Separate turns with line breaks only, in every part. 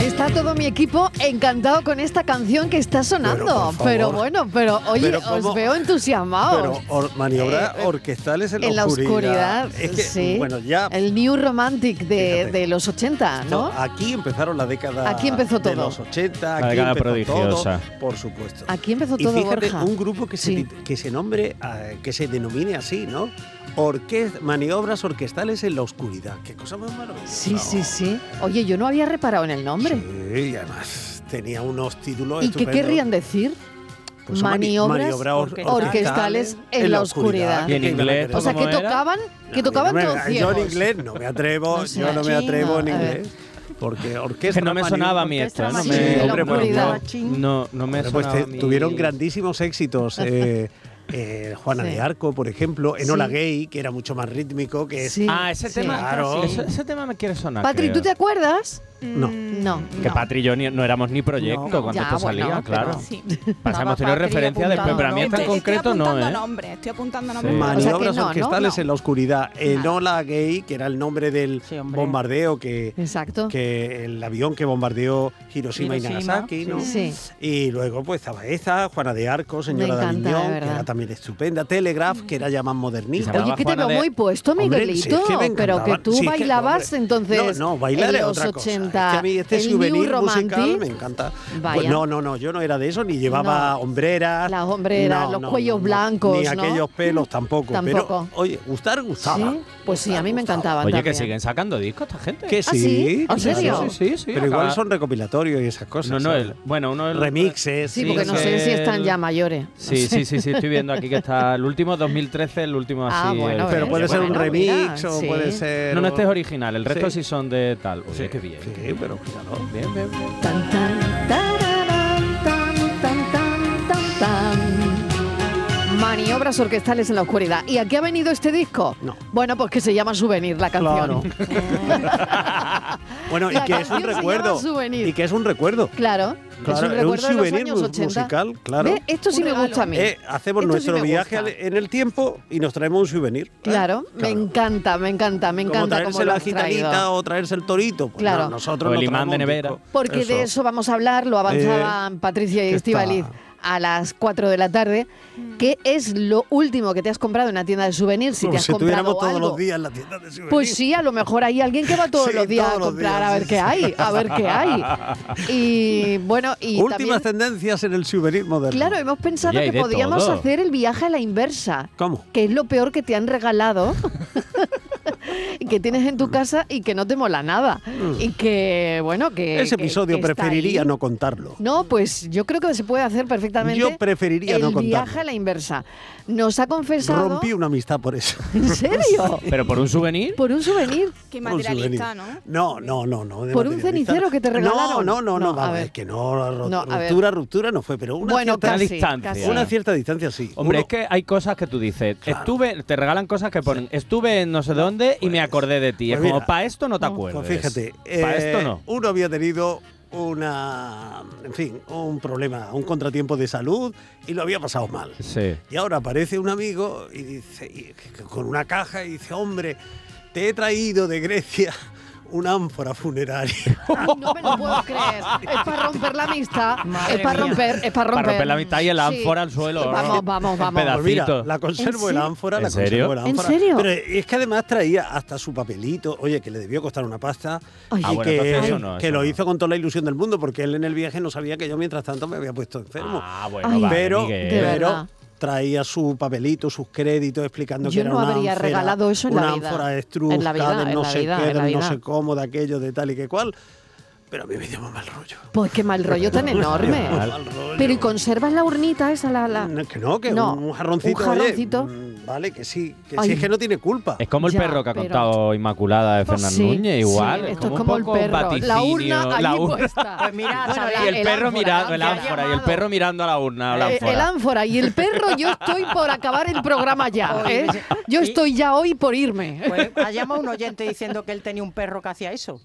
Está todo mi equipo encantado con esta canción que está sonando. Pero,
por favor.
bueno, pero oye,
Pero cómo-
os veo entusiasmados.
Pero or- maniobras
Eh, eh,
orquestales en,
en la oscuridad,
Es que,
sí.
bueno, ya
El New Romantic de,
Fíjate.
de los 80, Ah, ¿no?
no, aquí empezaron la década
Aquí empezó
de
todo.
los 80,
La
aquí
década
empezó
prodigiosa.
todo, por supuesto.
Aquí empezó
y
todo,
fíjate,
Borja.
un grupo que,
Sí.
se, tit- que se nombre, eh, que se denomine así, ¿no? Orquest, maniobras orquestales en la oscuridad. Qué cosa más maravillosa.
Sí, sí, sí. Oye, yo no había reparado en el nombre.
Sí, y además tenía unos títulos
¿Y qué
estupendos.
querrían decir?
Pues son mani-
maniobras
or-
orquestales en la oscuridad.
Y en
¿Qué iban a
inglés,
querer?
O sea, que
¿Cómo era?
tocaban, que tocaban
No,
todos
mira, Yo en
ciegos.
inglés no me atrevo,
No sé,
yo no me atrevo en
chino, a ver.
inglés. Porque
Es
orquesta.
que no me
mani-
sonaba a mí esto.
orquesta
No
mani- Sí,
me,
la
hombre, no,
oscuridad.
no, no me
Bueno, pues
sonaba
te-
a mí.
tuvieron grandísimos éxitos. eh, eh, Juana
Sí.
de Arco, por ejemplo, en
Sí.
Ola Gay, que era mucho más rítmico, que es
Sí.
Ah, ese
Sí.
tema.
Claro.
Ese, ese tema me quiere sonar.
Patrick, ¿tú te
creo.
acuerdas?
No.
No.
Que
no.
Patri y yo ni- no éramos ni proyecto
No.
cuando
Ya,
esto salía,
bueno,
claro.
pero-
Sí.
Pasa, hemos
Estaba
tenido
Patri
referencia después,
apuntando
pero a mí es tan
Estoy-
concreto
estoy
no,
apuntando
¿eh?
nombres, estoy apuntando
Sí.
nombres.
O sea que
Maniobras
no, ¿no?
orquestales
No.
en la oscuridad. En
Nada.
Ola Gay, que era el nombre del
Sí, hombre.
bombardeo que,
Exacto.
que el avión que bombardeó Hiroshima, y
Hiroshima,
Nagasaki,
sí.
¿no?
Sí.
Y luego pues estaba esta, Juana de Arco, señora
Me encanta, la
de Aviñón, que
verdad.
era también estupenda, Telegraph, que era ya más modernista.
Estaba
Oye, que te
Juana
veo
de-
muy puesto,
Hombre,
Miguelito.
si es que me
pero que
encantaban.
tú
Si es que,
bailabas
hombre,
entonces
No, no, bailar
en
es
los
otra
80.
cosa. Es que a mí este
el
souvenir
New
musical
Romantic,
me encanta. Pues
Vaya.
no, no, no, yo no era de eso, ni llevaba
No.
hombreras.
Las hombreras, los cuellos blancos,
Ni
¿no?
aquellos pelos tampoco.
Tampoco.
Pero, ¿Ah, oye, gustar gustaba.
Sí, pues sí, a mí me encantaba
Oye, que
también.
siguen sacando discos esta gente.
Que
¿Ah,
sí.
sí? ¿En
sí,
serio?
sí, sí.
Sí, sí, sí.
Pero
acaba-
igual son recopilatorios y esas cosas.
No, no,
¿sabes?
el, bueno, uno el
remixes.
Sí,
Sí,
porque no
sí.
sé si están
El-
ya mayores.
Sí, sí, sí, sí, estoy viendo aquí que está el último 2013, el último así.
Ah, bueno,
el-
¿ves?
Pero puede ser un
Bueno,
remix
mira,
o
sí.
puede ser.
No, no, este es original, el resto
Sí.
sí, son de tal. Oye,
Sí,
qué bien.
sí,
qué
pero cuidado.
Bien, bien, bien.
Tan, tan, tararán, tan, tan, tan, tan, tan. Maniobras orquestales en la oscuridad. ¿Y a qué ha venido este disco?
No.
Bueno, pues que se llama Souvenir la canción.
Bueno, y
La
que es un
canción se
recuerdo.
llama Souvenir.
Y que es un recuerdo.
Claro, es
Claro,
un recuerdo de los
souvenir
años
mu-
80.
musical, claro.
Ve, Esto sí
Un
me
regalo.
gusta a mí.
Eh,
Esto
hacemos
sí
nuestro
me
viaje
gusta.
al- en el tiempo y nos traemos un souvenir.
Claro, me
¿eh? Claro.
encanta, me encanta, me
como
encanta
traerse
cómo lo
la
has traído.
gitanita o traerse el torito. Pues
Claro.
no, nosotros
O el
nos
imán
traemos
de
un
nevera.
disco.
Porque de eso vamos a hablar, lo avanzaban Patricia y
Eh, que
Estivaliz
está-
a las 4 de la tarde.
Mm.
¿Qué es lo último que te has comprado en una tienda de souvenirs? Si
Como
te has
si
comprado
tuviéramos todos
algo.
los días en la tienda de souvenirs.
Pues sí, a lo mejor hay alguien que va todos
Sí,
los días
todos
a
los
comprar
días,
a ver
sí,
qué
sí.
hay, a ver qué hay. Y bueno, y también,
Últimas tendencias en el souvenir moderno.
claro, hemos pensado
Oye, hay
que
de
podíamos
todo.
hacer el viaje a la inversa.
¿Cómo?
que es lo peor que te han regalado y que tienes en tu casa y que no te mola nada y que bueno que
Ese
Eh, que-
episodio
que está
preferiría
ahí.
no contarlo.
no pues yo creo que se puede hacer perfectamente
Yo preferiría
el
no
viaje
contarlo.
a la inversa nos ha confesado
Rompí una amistad por eso.
en serio
Pero por un souvenir.
por un souvenir
Qué
Un
materialista, ¿no?
souvenir. No, no, no, no. de
Por un
materialista.
cenicero que te regalaron.
No, no, no, no.
No, a
vamos,
ver.
es que no, ro-
No, a ver.
ruptura, ruptura no fue, pero una,
bueno
cierta,
casi,
distancia.
casi.
una cierta distancia sí.
Hombre,
Uno-
es que hay cosas que tú dices. Estuve, te regalan cosas que ponen. Estuve en no sé dónde y me acordé de ti.
pues
es como,
mira,
para esto no te
Pues
acuerdas.
fíjate,
para
eh,
esto no.
Uno había tenido una, en fin, un problema, un contratiempo de salud y lo había pasado mal.
Sí.
Y ahora aparece un amigo y dice, y- con una caja y dice, hombre, te he traído de Grecia una ánfora funeraria.
Ay, no me lo puedo creer es para romper la amistad
Madre
es para
mía.
romper es para romper
Para romper la mitad y el
Sí.
ánfora al suelo. ¿no?
vamos vamos vamos
Pedazo.
Pues mira,
Pedacito.
la conservo
¿En
el
serio?
ánfora, la
¿En serio?
conservo el
¿En
ánfora.
serio?
Pero es que además traía hasta su papelito, oye, que le debió costar una pasta.
Ay.
Ah,
y
bueno,
que,
entonces eso no,
que
eso
lo
no.
hizo con toda la ilusión del mundo, porque él en el viaje no sabía que yo mientras tanto me había puesto enfermo.
Ah, bueno,
Ay.
vale,
pero,
Miguel.
De verdad.
pero, traía su papelito, sus créditos explicando
Yo
que era
no
una
habría
ánfora,
regalado eso en la
una
vida.
ánfora de
En la vida,
Estrusca, de
en
no
la
sé
vida,
qué,
en la
de no
vida.
sé cómo, de aquello, de tal y que cual. Pero a mí me dio más mal rollo.
Pues qué mal rollo tan enorme.
Mal rollo.
Pero y conservas la urnita esa, la... la-
No, que no, que
No,
un jarroncito.
un
oye,
jarroncito.
mm, vale, que sí, que
Ay.
sí, es que no tiene culpa.
Es como el
Ya,
perro que ha
pero-
contado Inmaculada de
Pues
Fernández
sí,
Núñez,
sí,
igual.
esto
un
es como el
poco
perro. la
vaticinio,
urna allí
la urna.
puesta.
Pues mira,
Bueno,
sabrá
la-
Y el, perro
ánfora,
mirando, el
ha
ánfora, y el
llamado.
perro mirando a la urna, a la
Eh,
ánfora.
El ánfora y el perro, yo estoy por acabar el programa ya.
Oye,
¿eh?
pues,
Yo
y-
estoy ya hoy por irme.
Pues ha llamado un oyente diciendo que él tenía un perro que hacía eso.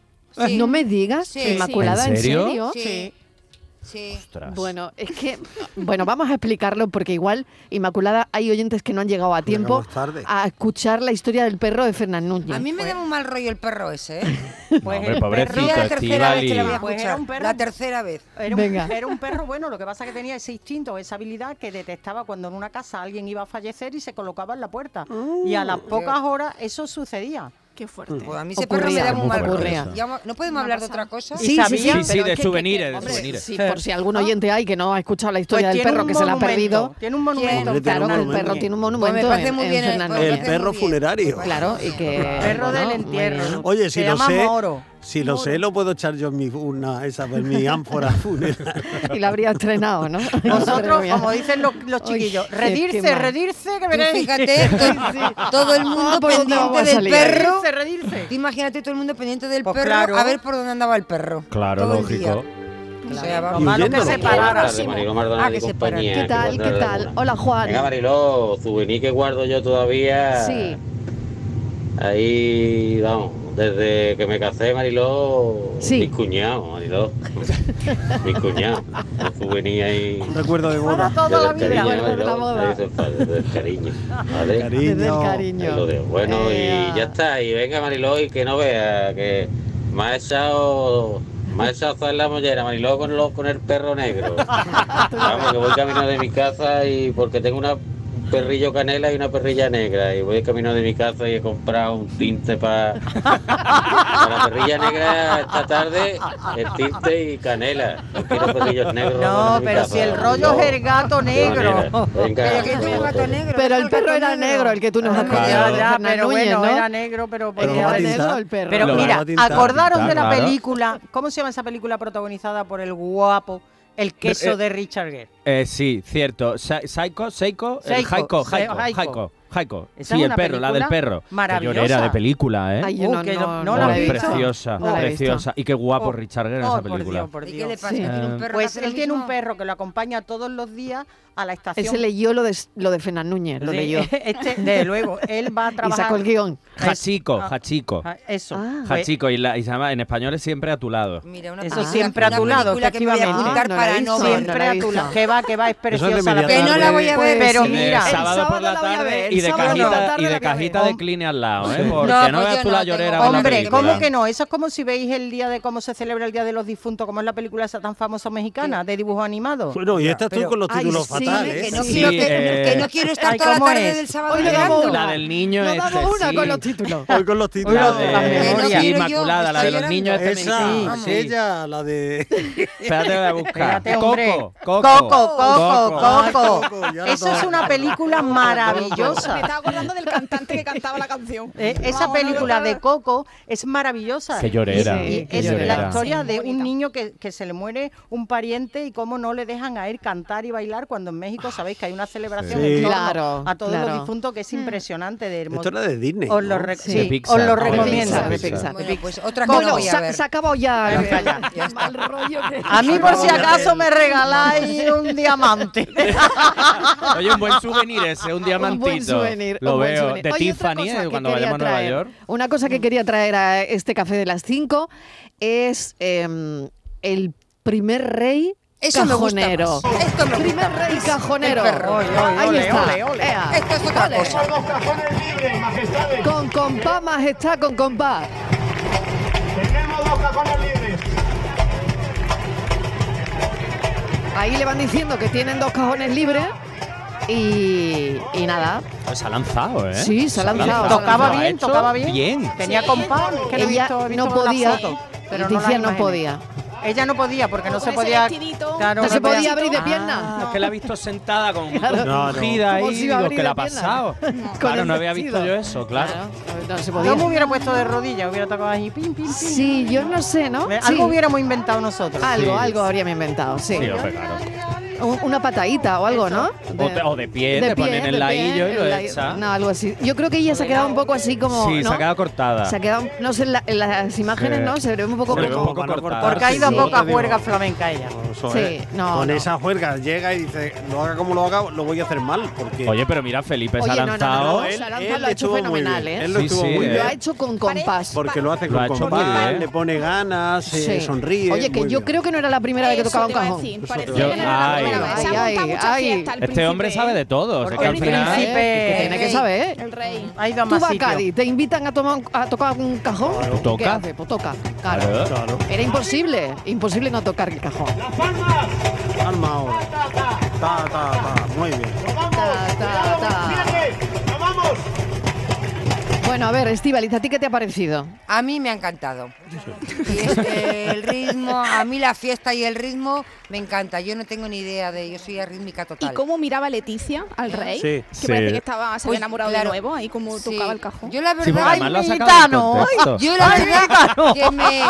Sí.
No me digas,
Sí.
Inmaculada,
¿En
¿en serio?
serio?
Sí. Sí.
Ostras.
¿Oh? Bueno, es que, bueno, vamos a explicarlo porque igual, Inmaculada, hay oyentes que no han llegado a tiempo
Llegamos tarde.
a escuchar la historia del perro de Fernández Núñez.
A mí me da un mal rollo el perro ese, ¿eh?
Pues
hombre,
el
pobrecito,
Pero ya la
perro-
tercera vez que le voy a
Pues era un
escuchar.
perro.
La tercera vez.
Era un,
Venga.
era un perro bueno, lo que pasa que tenía ese instinto, esa habilidad que detectaba cuando en una casa alguien iba a fallecer y se colocaba en la puerta.
Uh,
y a las pocas horas eso sucedía.
Qué fuerte.
Joder, Pues a mí ese
Ocurría,
perro me da un mal
ocurría.
rollo. Ya mo- ¿No
Una
podemos hablar de
pasada.
otra cosa?
Y
Sí, sí,
sabía,
sí, sí,
pero
de
es que-
souvenirs, de
hombre,
souvenirs.
Sí, por si algún oyente hay que no ha escuchado la historia
Pues
del
tiene
perro
un
que se la ha
monumento,
perdido.
Tiene un monumento.
Tiene
Hombre,
Claro que el
monumento.
perro tiene un
Pues me
monumento
parece
en,
muy
en
bien.
Fernández
pues me
El
Núñez.
parece
perro
muy bien.
funerario. Mm.
Me
Claro,
parece
y
muy
que...
bien.
Perro del
bueno, muy bien.
entierro.
Oye, si
Se
lo
llama
sé,
Moro.
si lo sé, lo puedo echar yo en mi urna, esa, en mi ánfora funeraria.
Y la habría estrenado, ¿no? Madre
Vosotros,
mía.
como dicen los, los
Uy,
chiquillos,
qué-
redirse,
qué mal.
redirse, que
Tú
veréis.
fíjate, to- todo el
Ah,
mundo
¿por dónde vamos a
pendiente
salir?
del perro.
Redirse, redirse.
Tú imagínate todo el mundo pendiente del
Pues
perro
claro.
a ver por dónde andaba el perro.
Claro,
Todo el día.
lógico.
O sea,
Lo
vamos.
malo que
Huyéndolo.
se
Buenas
parara.
tardes, Mariló Maldonado
Ah, que
y
se
compañía.
paran.
¿Qué tal?
Buenas
¿Qué
tardes,
tal?
Laguna.
Hola,
Venga,
Juan.
Mariló, souvenir que guardo yo todavía.
Sí.
Ahí, vamos, desde que me casé, Mariló,
Sí.
mis cuñados, Mariló. mis cuñados. Un souvenir ahí.
Un recuerdo de boda.
Toda la
Desde el
vida.
cariño,
Bueno, de la
Mariló,
boda.
me dice, "Padre, desde el cariño, ¿vale?
Cariño.
Desde el
Ahí
cariño.
lo dejo. Bueno,
Ea.
Eh,
y
ah.
ya está. Y venga, Mariló, y que no vea que me ha echado... Me ha echado en la mollera, Mariló, con, lo- con el perro negro. Vamos, que voy camino de mi casa y porque tengo una un perrillo canela y una perrilla negra. Y voy camino de mi casa y he comprado un tinte para la perrilla negra esta tarde, el tinte y canela. No quiero perrillos negros.
No,
en mi
pero
casa,
si el rollo
Mariló.
es el gato
De manera.
negro.
Venga,
Pero que tuvo
un
gato negro.
Pero el
¿no?
perro
gato
era negro, el que tú nos has
Claro.
contado.
Ah, Ya,
de
ya,
Fernández
pero
Núñez,
bueno,
¿no?
era negro, pero
Pero
podía
va a
haber-
tintar.
negro el perro.
Pero
Lo van
mira,
a tintar.
acordaros de la
Claro.
película, ¿cómo se llama esa película protagonizada por el guapo, el queso de Richard Gere?
Eh, sí, cierto. Sa- Saiko, Seiko, el
Seiko,
eh,
Jaiko,
Se-
Jaiko,
Jaiko.
Jaiko, Jaiko.
Esa
Sí, el
es una
perro, la del
película
perro.
maravillosa.
era de película, ¿eh?
Ay, yo
Uh,
no,
que
no,
lo- no
no la
la
Oh,
he
he visto.
preciosa,
No la he visto.
preciosa. Y qué guapo
Oh,
Richard Gere en
oh,
esa
por
película.
Dios, por
¿Y qué le
Dios.
pasa?
Sí.
¿Tiene un perro que
Pues
hace
él
lo
tiene un
mismo?
perro que lo acompaña todos los días a la estación.
Ese leyó lo de, lo de Fernández Núñez, lo
Ah, Sí,
leyó.
este, desde luego, él va a
Y
trabajar.
sacó el guión.
Hachiko,
Ah,
Hachiko.
Ah, Eso.
Ah.
Pues,
Hachiko, y, la, y se llama en español es siempre a tu lado.
Mira, una
Eso
película-
siempre a
una
tu lado,
película que me voy a
efectivamente.
apuntar
No, no la he
para
visto,
no
no
ver.
la he
siempre a tu
visto.
lado. Que va, que va, es preciosa. la
inmediato.
Que no la
película.
voy a ver.
Pues
Pero
sí.
mira,
el sábado, por la
la voy a
tarde
ver,
y
el
de
sábado
cajita,
por la tarde
y
la
de,
voy a
cajita
ver.
de Cline al lado, ¿eh?
Sí.
Porque
No,
no,
pues
veas
yo
tú
no
la
tengo
llorera de la
Hombre,
película.
¿cómo que no? Eso es como si veis el día de cómo se celebra el Día de los Difuntos, como es la película esa tan famosa mexicana de dibujo animado.
Bueno, y estás tú
pero-
con los
Ay,
títulos
sí,
fatales.
Que no,
Sí,
quiero, que,
eh.
que no quiero estar
Ay,
toda la
¿cómo
tarde
es?
del sábado
Hoy le damos
llorando.
una.
La del niño
Nos
este,
damos una
sí.
con los títulos.
Hoy con los títulos.
La
Las
de sí,
memorias. Que no quiero
yo,
Inmaculada, la
estoy
de los niños
llorando.
este
Esa,
mexicano. Sí.
aquella, la de...
Espérate, voy a buscar.
Espérate, hombre.
Coco,
Coco,
Coco,
Coco,
Ay,
Coco.
Coco, ya
Eso
no.
es una película
Me
maravillosa.
estaba acordando del cantante que cantaba la canción.
Eh, esa
Vamos,
película
no, no,
de Coco es maravillosa.
Qué llorera,
Y- y
qué
es
llorera.
la historia
Sí,
de
bonita.
un niño que, que se le muere un pariente y cómo no le dejan a él cantar y bailar cuando en México sabéis que hay una celebración
Sí.
en torno
Claro,
a todos
claro.
los difuntos
Mm.
que es impresionante de hermoso.
Esto era de Disney,
Os lo,
¿no?
re-
Sí.
sí,
De Pixar.
os lo
De
recomiendo.
Pixar,
De
de
Pixar, de
Bueno, pues
Pixar.
otra que no
Bueno,
voy a
se
ver.
se ha acabado ya
Ya está.
el- el eh, mal rollo que- eh,
A mí por
Acabamos
si
de
acaso
hacer-
me regaláis un diamante.
Oye, un buen souvenir ese, un diamantito.
Un buen souvenir,
Lo
un buen
veo.
souvenir.
De
Oye, otra
Tiffany,
cosa
eh,
que
cuando
quería
vayamos a Nueva
traer,
York.
Una cosa que quería traer a este café de las 5 es em, el primer rey
Eso me gusta
cajonero.
más. Esto me gusta
primer rey
más.
cajonero.
El perro. Ole,
Ahí
ole,
está.
ole, ole.
Ea.
Esto es otra cosa.
Con compás, majestad, con compás. Ahí le van diciendo que tienen dos cajones libres y, y nada.
Pues se ha lanzado, ¿eh?
Sí, se ha lanzado, se ha
Tocaba
lanzado.
bien,
Lo ha hecho
tocaba bien.
bien.
Tenía compás. que lo he
Ella
visto- he visto
no
una
podía,
foto, pero
Leticia
las
no
imágenes.
podía.
Ella no podía porque
O
no
con
se
ese
podía.
vestidito.
Claro,
No se
podía-
podía abrir de
Ah,
pierna.
Es que la he visto sentada con
Claro.
No, no.
ungida
¿Cómo
ahí,
se iba a
digo,
abrir
¿qué le
la
ha
pierna?
pasado?
Con
Claro,
el
no había visto
vestido.
yo eso, claro.
Claro, No se
Yo me
podía.
hubiera puesto de rodillas, hubiera tocado ahí, pim, pim, pim.
Sí, yo no sé, ¿no?
Me-
Sí.
Algo hubiéramos inventado nosotros.
Algo,
Sí.
algo habríamos inventado, sí.
Sí, hombre, claro.
Un- Una patadita o algo, ¿no?
O te- o de pie, te ponen el
de pie,
ladillo y lo
el la-
echa.
No, algo así. Yo creo que ella se ha quedado un poco así como.
sí, se
¿no?
ha quedado cortada.
Se ha quedado, no sé, en, la- en las imágenes,
Sí.
¿no? Se ve un poco
Se ve
como.
un poco
Van a cortar,
cortada.
Porque ha ido
Sí,
a
yo
poca
te digo.
juega flamenca ella.
Eso
Sí,
es.
no,
Con
no.
esas juergas llega y dice, lo haga como lo haga, lo voy a hacer mal. Porque
Oye, pero mira, Felipe se
Oye,
ha
no, no,
lanzado.
no, se ha lanzado, lo ha hecho
estuvo muy
fenomenal,
bien.
¿eh?
Él lo
Sí,
estuvo
sí,
muy
eh.
Lo ha
bien.
hecho con compás.
Porque lo hace
Lo ha
con ¿eh?
hecho muy
compás,
bien.
le pone ganas, se
Sí.
sonríe.
Oye, que
muy
yo
bien.
creo que no era la primera vez que tocaba un cajón.
Parecía
Yo-
que no era la
ay,
primera vez. Se
ay,
ha montado
ay,
mucha
ay.
fiesta el
Este hombre
príncipe,
sabe
¿eh?
de todo. O sea,
Porque
que al
el
final.
príncipe-
Que tiene que
Rey.
saber.
El rey.
Ha ido a
Tú
más
vas a
sitios.
Cádiz, te invitan a, tomar, un- a tocar un cajón.
Toca.
¿Qué haces? Pues toca, claro.
Claro.
Claro,
Era imposible, imposible no tocar el cajón.
calma ahora. Ta, ta, ta. Muy bien.
Ta, ta, ta. Bueno, a ver, Estivaliz, ¿a ti qué te ha parecido?
A mí me ha encantado. Y es que el ritmo, a mí la fiesta y el ritmo me encanta. Yo no tengo ni idea de, yo soy arrítmica
¿Y
total. ¿Eh?
cómo miraba Leticia al rey?
Sí.
Que
Sí.
parece que estaba, Ah, se
Pues,
había enamorado
claro.
de nuevo, ahí como
Sí.
tocaba el cajón.
Yo la
Sí, porque
verdad,
además lo ha
mi
sacado del
gitano.
contexto.
yo la verdad que me,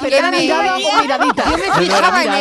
¿Pero
que
era
me-
mirada o miradita?
Yo me
Pero una mirada,
fijaba en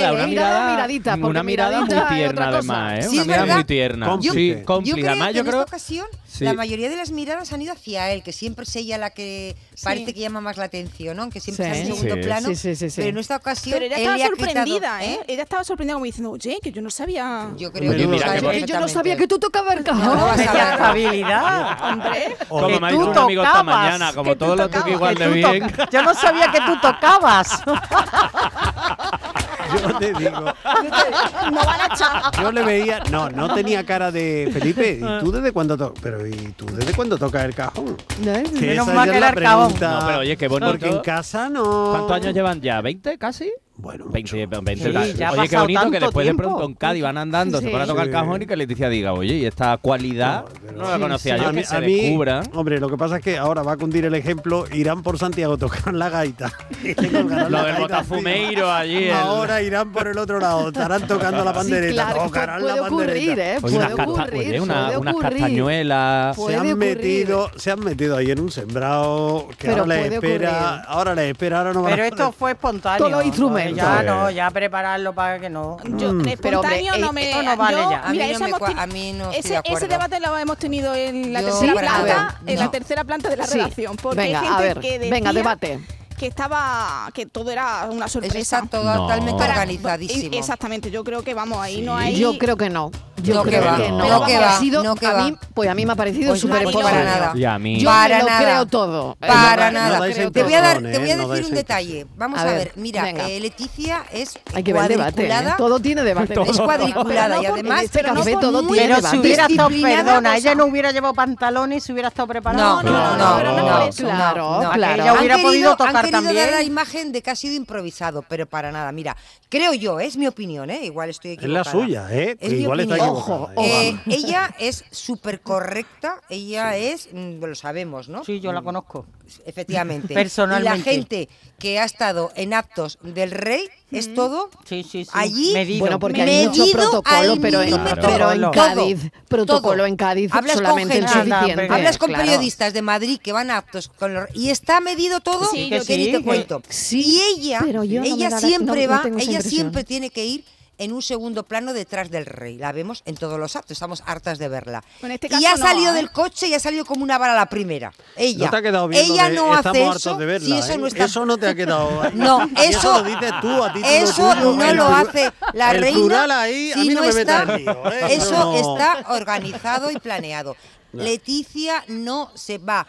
él.
una
Mirada
¿eh?
mirada,
miradita, porque
una mirada
miradita es
muy
otra
tierna
cosa.
además, ¿eh?
Sí,
una
es
mirada
verdad.
muy tierna.
Cómplice.
Sí,
Yo
Yo
cómplice.
creo
Además,
que
yo
en
creo
esta ocasión
Sí.
la mayoría de las miradas han ido hacia él, que siempre es ella la que parece que llama más la atención, ¿no? Aunque siempre
Sí.
está en segundo
Sí.
plano.
Sí, sí, sí, sí.
Pero en esta ocasión
Pero ella
él
estaba
le ha quitado-
sorprendida, ¿eh? Ella estaba sorprendida como diciendo, oye, que yo no sabía.
Yo creo
Oye,
que
mira,
sabe
qué bonito.
Eh, Yo no
perfectamente.
sabía que tú tocabas el
No lo
cajón.
vas a
Qué
ver.
habilidad, hombre.
Como
Que
me ha dicho
tú
un amigo esta
tocabas,
mañana, como
que tú
todos los truques
tocabas,
igual
que
de
tú
bien.
toca- Yo no sabía que tú tocabas.
Yo te digo.
No van a echar.
Yo le veía, no, no tenía cara de Felipe. ¿Y tú desde cuándo tocas? Pero ¿y tú desde cuándo tocas el cajón? Que
Menos
esa
mal
ya
que
es la
era el cajón.
pregunta.
No, pero oye, qué bonito.
Porque en casa no.
¿Cuántos años llevan ya? ¿20 casi?
Bueno, mucho.
20, 20
Sí,
tal.
ya ha
Oye, qué
pasado
bonito que
tanto
después de
tiempo.
pronto en Cádiz van andando,
Sí.
se van a tocar
Sí.
el cajón y que Leticia diga, oye, y esta cualidad
No,
no,
pero-
la
Sí,
conocía
sí.
yo,
A mí-
que se
a mí,
descubra.
Hombre, lo que pasa es que ahora va a cundir el ejemplo, irán por Santiago, tocarán la gaita. Y le colgarán la
Lo del
gaita
botafumeiro
encima.
allí. el-
Ahora irán por el otro lado, estarán tocando la
Sí,
bandereta,
claro,
tocarán
puede
la
ocurrir,
bandereta.
¿eh?
Oye,
Puede
unas, casta-
ocurrir,
oye, una-
puede
unas
ocurrir.
castañuelas.
Puede
se han
ocurrir.
metido, se han metido ahí en un sembrado que
Pero
ahora les
puede
espera,
ocurrir.
ahora les espera, ahora no van a
Pero esto fue espontáneo.
Todos los
¿no?
instrumentos.
Ya no, ya prepararlo para que no.
Yo, de
Pero, hombre,
espontáneo
eh,
no me.
esto no vale
yo-
ya. A
mí
mira,
no
eso
me
hemos
cua-
teni-
a mí no estoy de
ese,
acuerdo.
ese debate lo hemos tenido en la
Yo,
tercera
para
planta,
ver,
en la
no.
tercera planta de la
Sí,
relación. Porque
venga,
hay
a
gente
ver,
que decía
venga, debate.
que estaba, que todo era una
Eso
sorpresa.
está todo
No.
totalmente
Para-
organizadísimo.
Y- Exactamente, yo creo que vamos ahí,
Sí.
no hay.
Yo creo que no. Yo
No
creo
que
va,
que no.
no
porque
que va,
ha sido,
no que
a
va.
mí, pues a mí me ha parecido
Pues
súper
no, pues
espontáneo.
para nada.
Y a mí.
Yo
Para
me lo
nada.
creo todo. Eh,
Para
no,
nada.
no dais
te,
el
voy a dar,
perdón,
te voy a
¿eh? No
decir
dais
un
el
detalle. Vamos
A
a,
ver,
ver, mira,
venga.
eh, Leticia es
Hay que ver el debate. ¿eh?
cuadriculada.
Todo tiene debate.
Es cuadriculada y
Pero no porque-
además
Este
pero no
café
por
todo
mí.
tiene
Pero si
debate.
hubiera estado,
Disciplinada
perdona,
cosa.
ella no hubiera llevado pantalones y hubiera estado preparada.
No, no, no, no,
pero no por eso.
Claro,
no.
claro.
Aquella hubiera
han
podido
querido,
tocar
han querido
también.
dar la imagen de que ha sido improvisado, pero para nada. Mira, creo yo, es mi opinión, ¿eh? igual estoy
Es la
equivocada.
suya, ¿eh?
Es mi
Igual está
opinión.
equivocada.
Ojo,
¿eh?
ojo.
Eh, ella es súper correcta, ella es, mm, lo sabemos, ¿no? Mm.
Sí, yo la conozco.
Efectivamente.
Personalmente.
Y la gente que ha estado en actos del rey es todo
Mm. Sí, sí, sí.
allí.
Medido.
Bueno, porque hay
medido
mucho protocolo,
al
pero en,
milímetro.
pero en
Todo.
Cádiz, protocolo
Todo.
en Cádiz
Hablas con
solamente el
gente,
anda,
suficiente.
hombre.
Hablas con
Claro.
periodistas de Madrid que van a actos con los- y está medido todo
Sí,
que,
que
ni
sí,
te
que-
cuento.
sí,
y ella,
pero yo no me
ella
da la-
siempre
no- no
va,
tengo esa
ella
impresión.
siempre tiene que ir en un segundo plano detrás del rey. La vemos en todos los actos, estamos hartas de verla.
En este
y
caso
ha
no,
salido
¿eh?
del coche y ha salido como una bala a la primera. Ella.
No te ha quedado bien. lo
ella
de
no
estamos
hace
hartos
eso
de verla,
si eso
¿eh?
no está
Eso no te ha quedado. ¿eh?
No,
Y
eso-
lo dices tú a ti.
eso no lo hace la
el
reina.
plural ahí, a
si
mí no, me metas
está-
en lío, ¿eh?
Eso
No.
está organizado y planeado. Leticia no se va.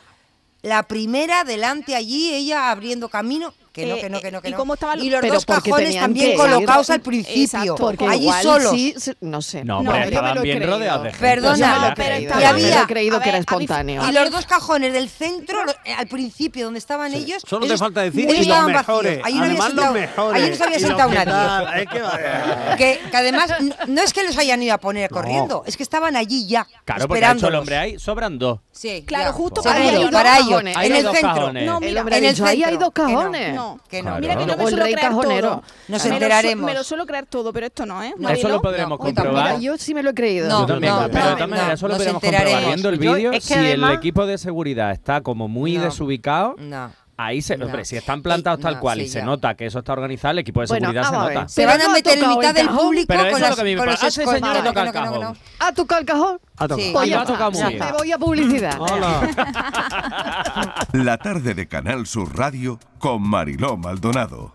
La primera delante allí, ella abriendo camino. Que no,
Eh,
que no, que no, que
¿y
no.
cómo estaban los-
Y los
Pero
dos
porque
cajones
tenían
también
que
colocados
ir-
al principio.
Exacto,
Porque
allí
igual
solos.
sí, se- no sé.
No,
No,
hombre,
yo me lo
estaban
he
bien
creído.
rodeados de gente.
Perdona,
Yo me lo he
pero
creído.
estaba-
Yo me lo he
había-
creído
a
que era
ver,
espontáneo.
Y los dos cajones del centro, lo- eh, al principio, donde estaban ellos.
Solo te
esos
falta decir
ellos
y los
estaban vacíos.
mejores.
Allí no había
Además, los
sentado-
mejores.
allí no se había
y los
sentado
que
nadie.
tal, Es que va-
Que, que además n- no es que los hayan ido a poner corriendo, es que estaban allí ya.
Claro, porque ha
esperando
hecho el hombre ahí, sobran dos.
Sí,
Claro,
ya.
justo
Seguro,
para ellos, ¿no?
para ellos,
Cajones.
Ahí
en
no hay
el
dos
centro.
cajones.
No,
El
mira,
hombre ha
en el
dicho, ahí hay
centro,
dos
que no,
cajones.
No,
Que no.
Claro.
mira que
O
yo me
el
suelo
rey
creer
cajonero.
todo.
Nos
Me lo su-
enteraremos.
Me lo suelo creer todo, pero esto no, ¿eh?
Eso
Mariló?
lo podremos
No,
comprobar.
Mira, yo sí me lo he creído.
No,
yo también,
no,
pero de
no,
todas maneras, eso lo
nos
podremos comprobar
enteraremos.
viendo el
Yo-
vídeo.
es que
si
además-
el equipo de seguridad está como muy
No.
desubicado,
No.
ahí se.
No.
Hombre, si están plantados
Y-
tal
no,
cual
sí,
y se
ya.
nota que eso está organizado, el equipo de
Bueno,
seguridad se
vamos a
nota.
ver.
Se
Pero
van
no
a
ha
meter en
tocado
mitad
el
del
cajón.
público
Pero eso
con
es lo
las
que a mí me
con los
pasa. Ah, ese
escoltas.
señor
Que no,
toca el
que no, que no,
cajón.
que
¿Ha tocado el cajón?
Ha tocado.
Sí.
Pues
Ahí
ya
lo ha
está.
tocado muy bien. Ah.
Me voy a publicidad.
La tarde de Canal Sur Radio con Mariló Maldonado.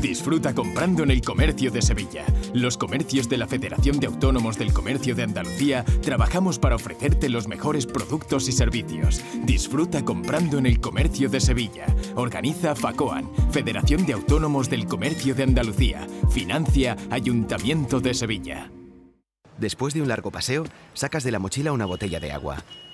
Disfruta comprando en el comercio de Sevilla. Los comercios de la Federación de Autónomos del Comercio de Andalucía trabajamos para ofrecerte los mejores productos y servicios. Disfruta comprando en el comercio de Sevilla. Organiza FACOAN, Federación de Autónomos del Comercio de Andalucía. Financia Ayuntamiento de Sevilla.
Después de un largo paseo, sacas de la mochila una botella de agua.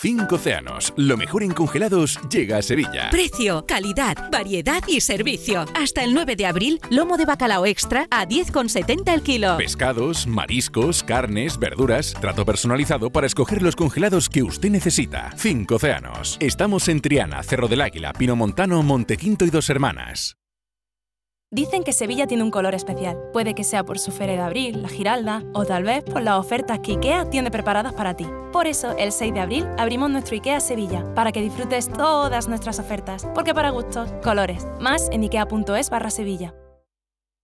Cinco océanos, lo mejor en congelados llega a Sevilla.
Precio, calidad, variedad y servicio. Hasta el 9 de abril, lomo de bacalao extra a 10,70 el kilo.
Pescados, mariscos, carnes, verduras. Trato personalizado para escoger los congelados que usted necesita. Cinco océanos. Estamos en Triana, Cerro del Águila, Pino Montano, Montequinto y Dos Hermanas.
Dicen que Sevilla tiene un color especial. Puede que sea por su Feria de Abril, la Giralda o tal vez por las ofertas que IKEA tiene preparadas para ti. Por eso, el 6 de abril abrimos nuestro IKEA Sevilla para que disfrutes todas nuestras ofertas. Porque para gustos, colores. Más en ikea.es barra Sevilla.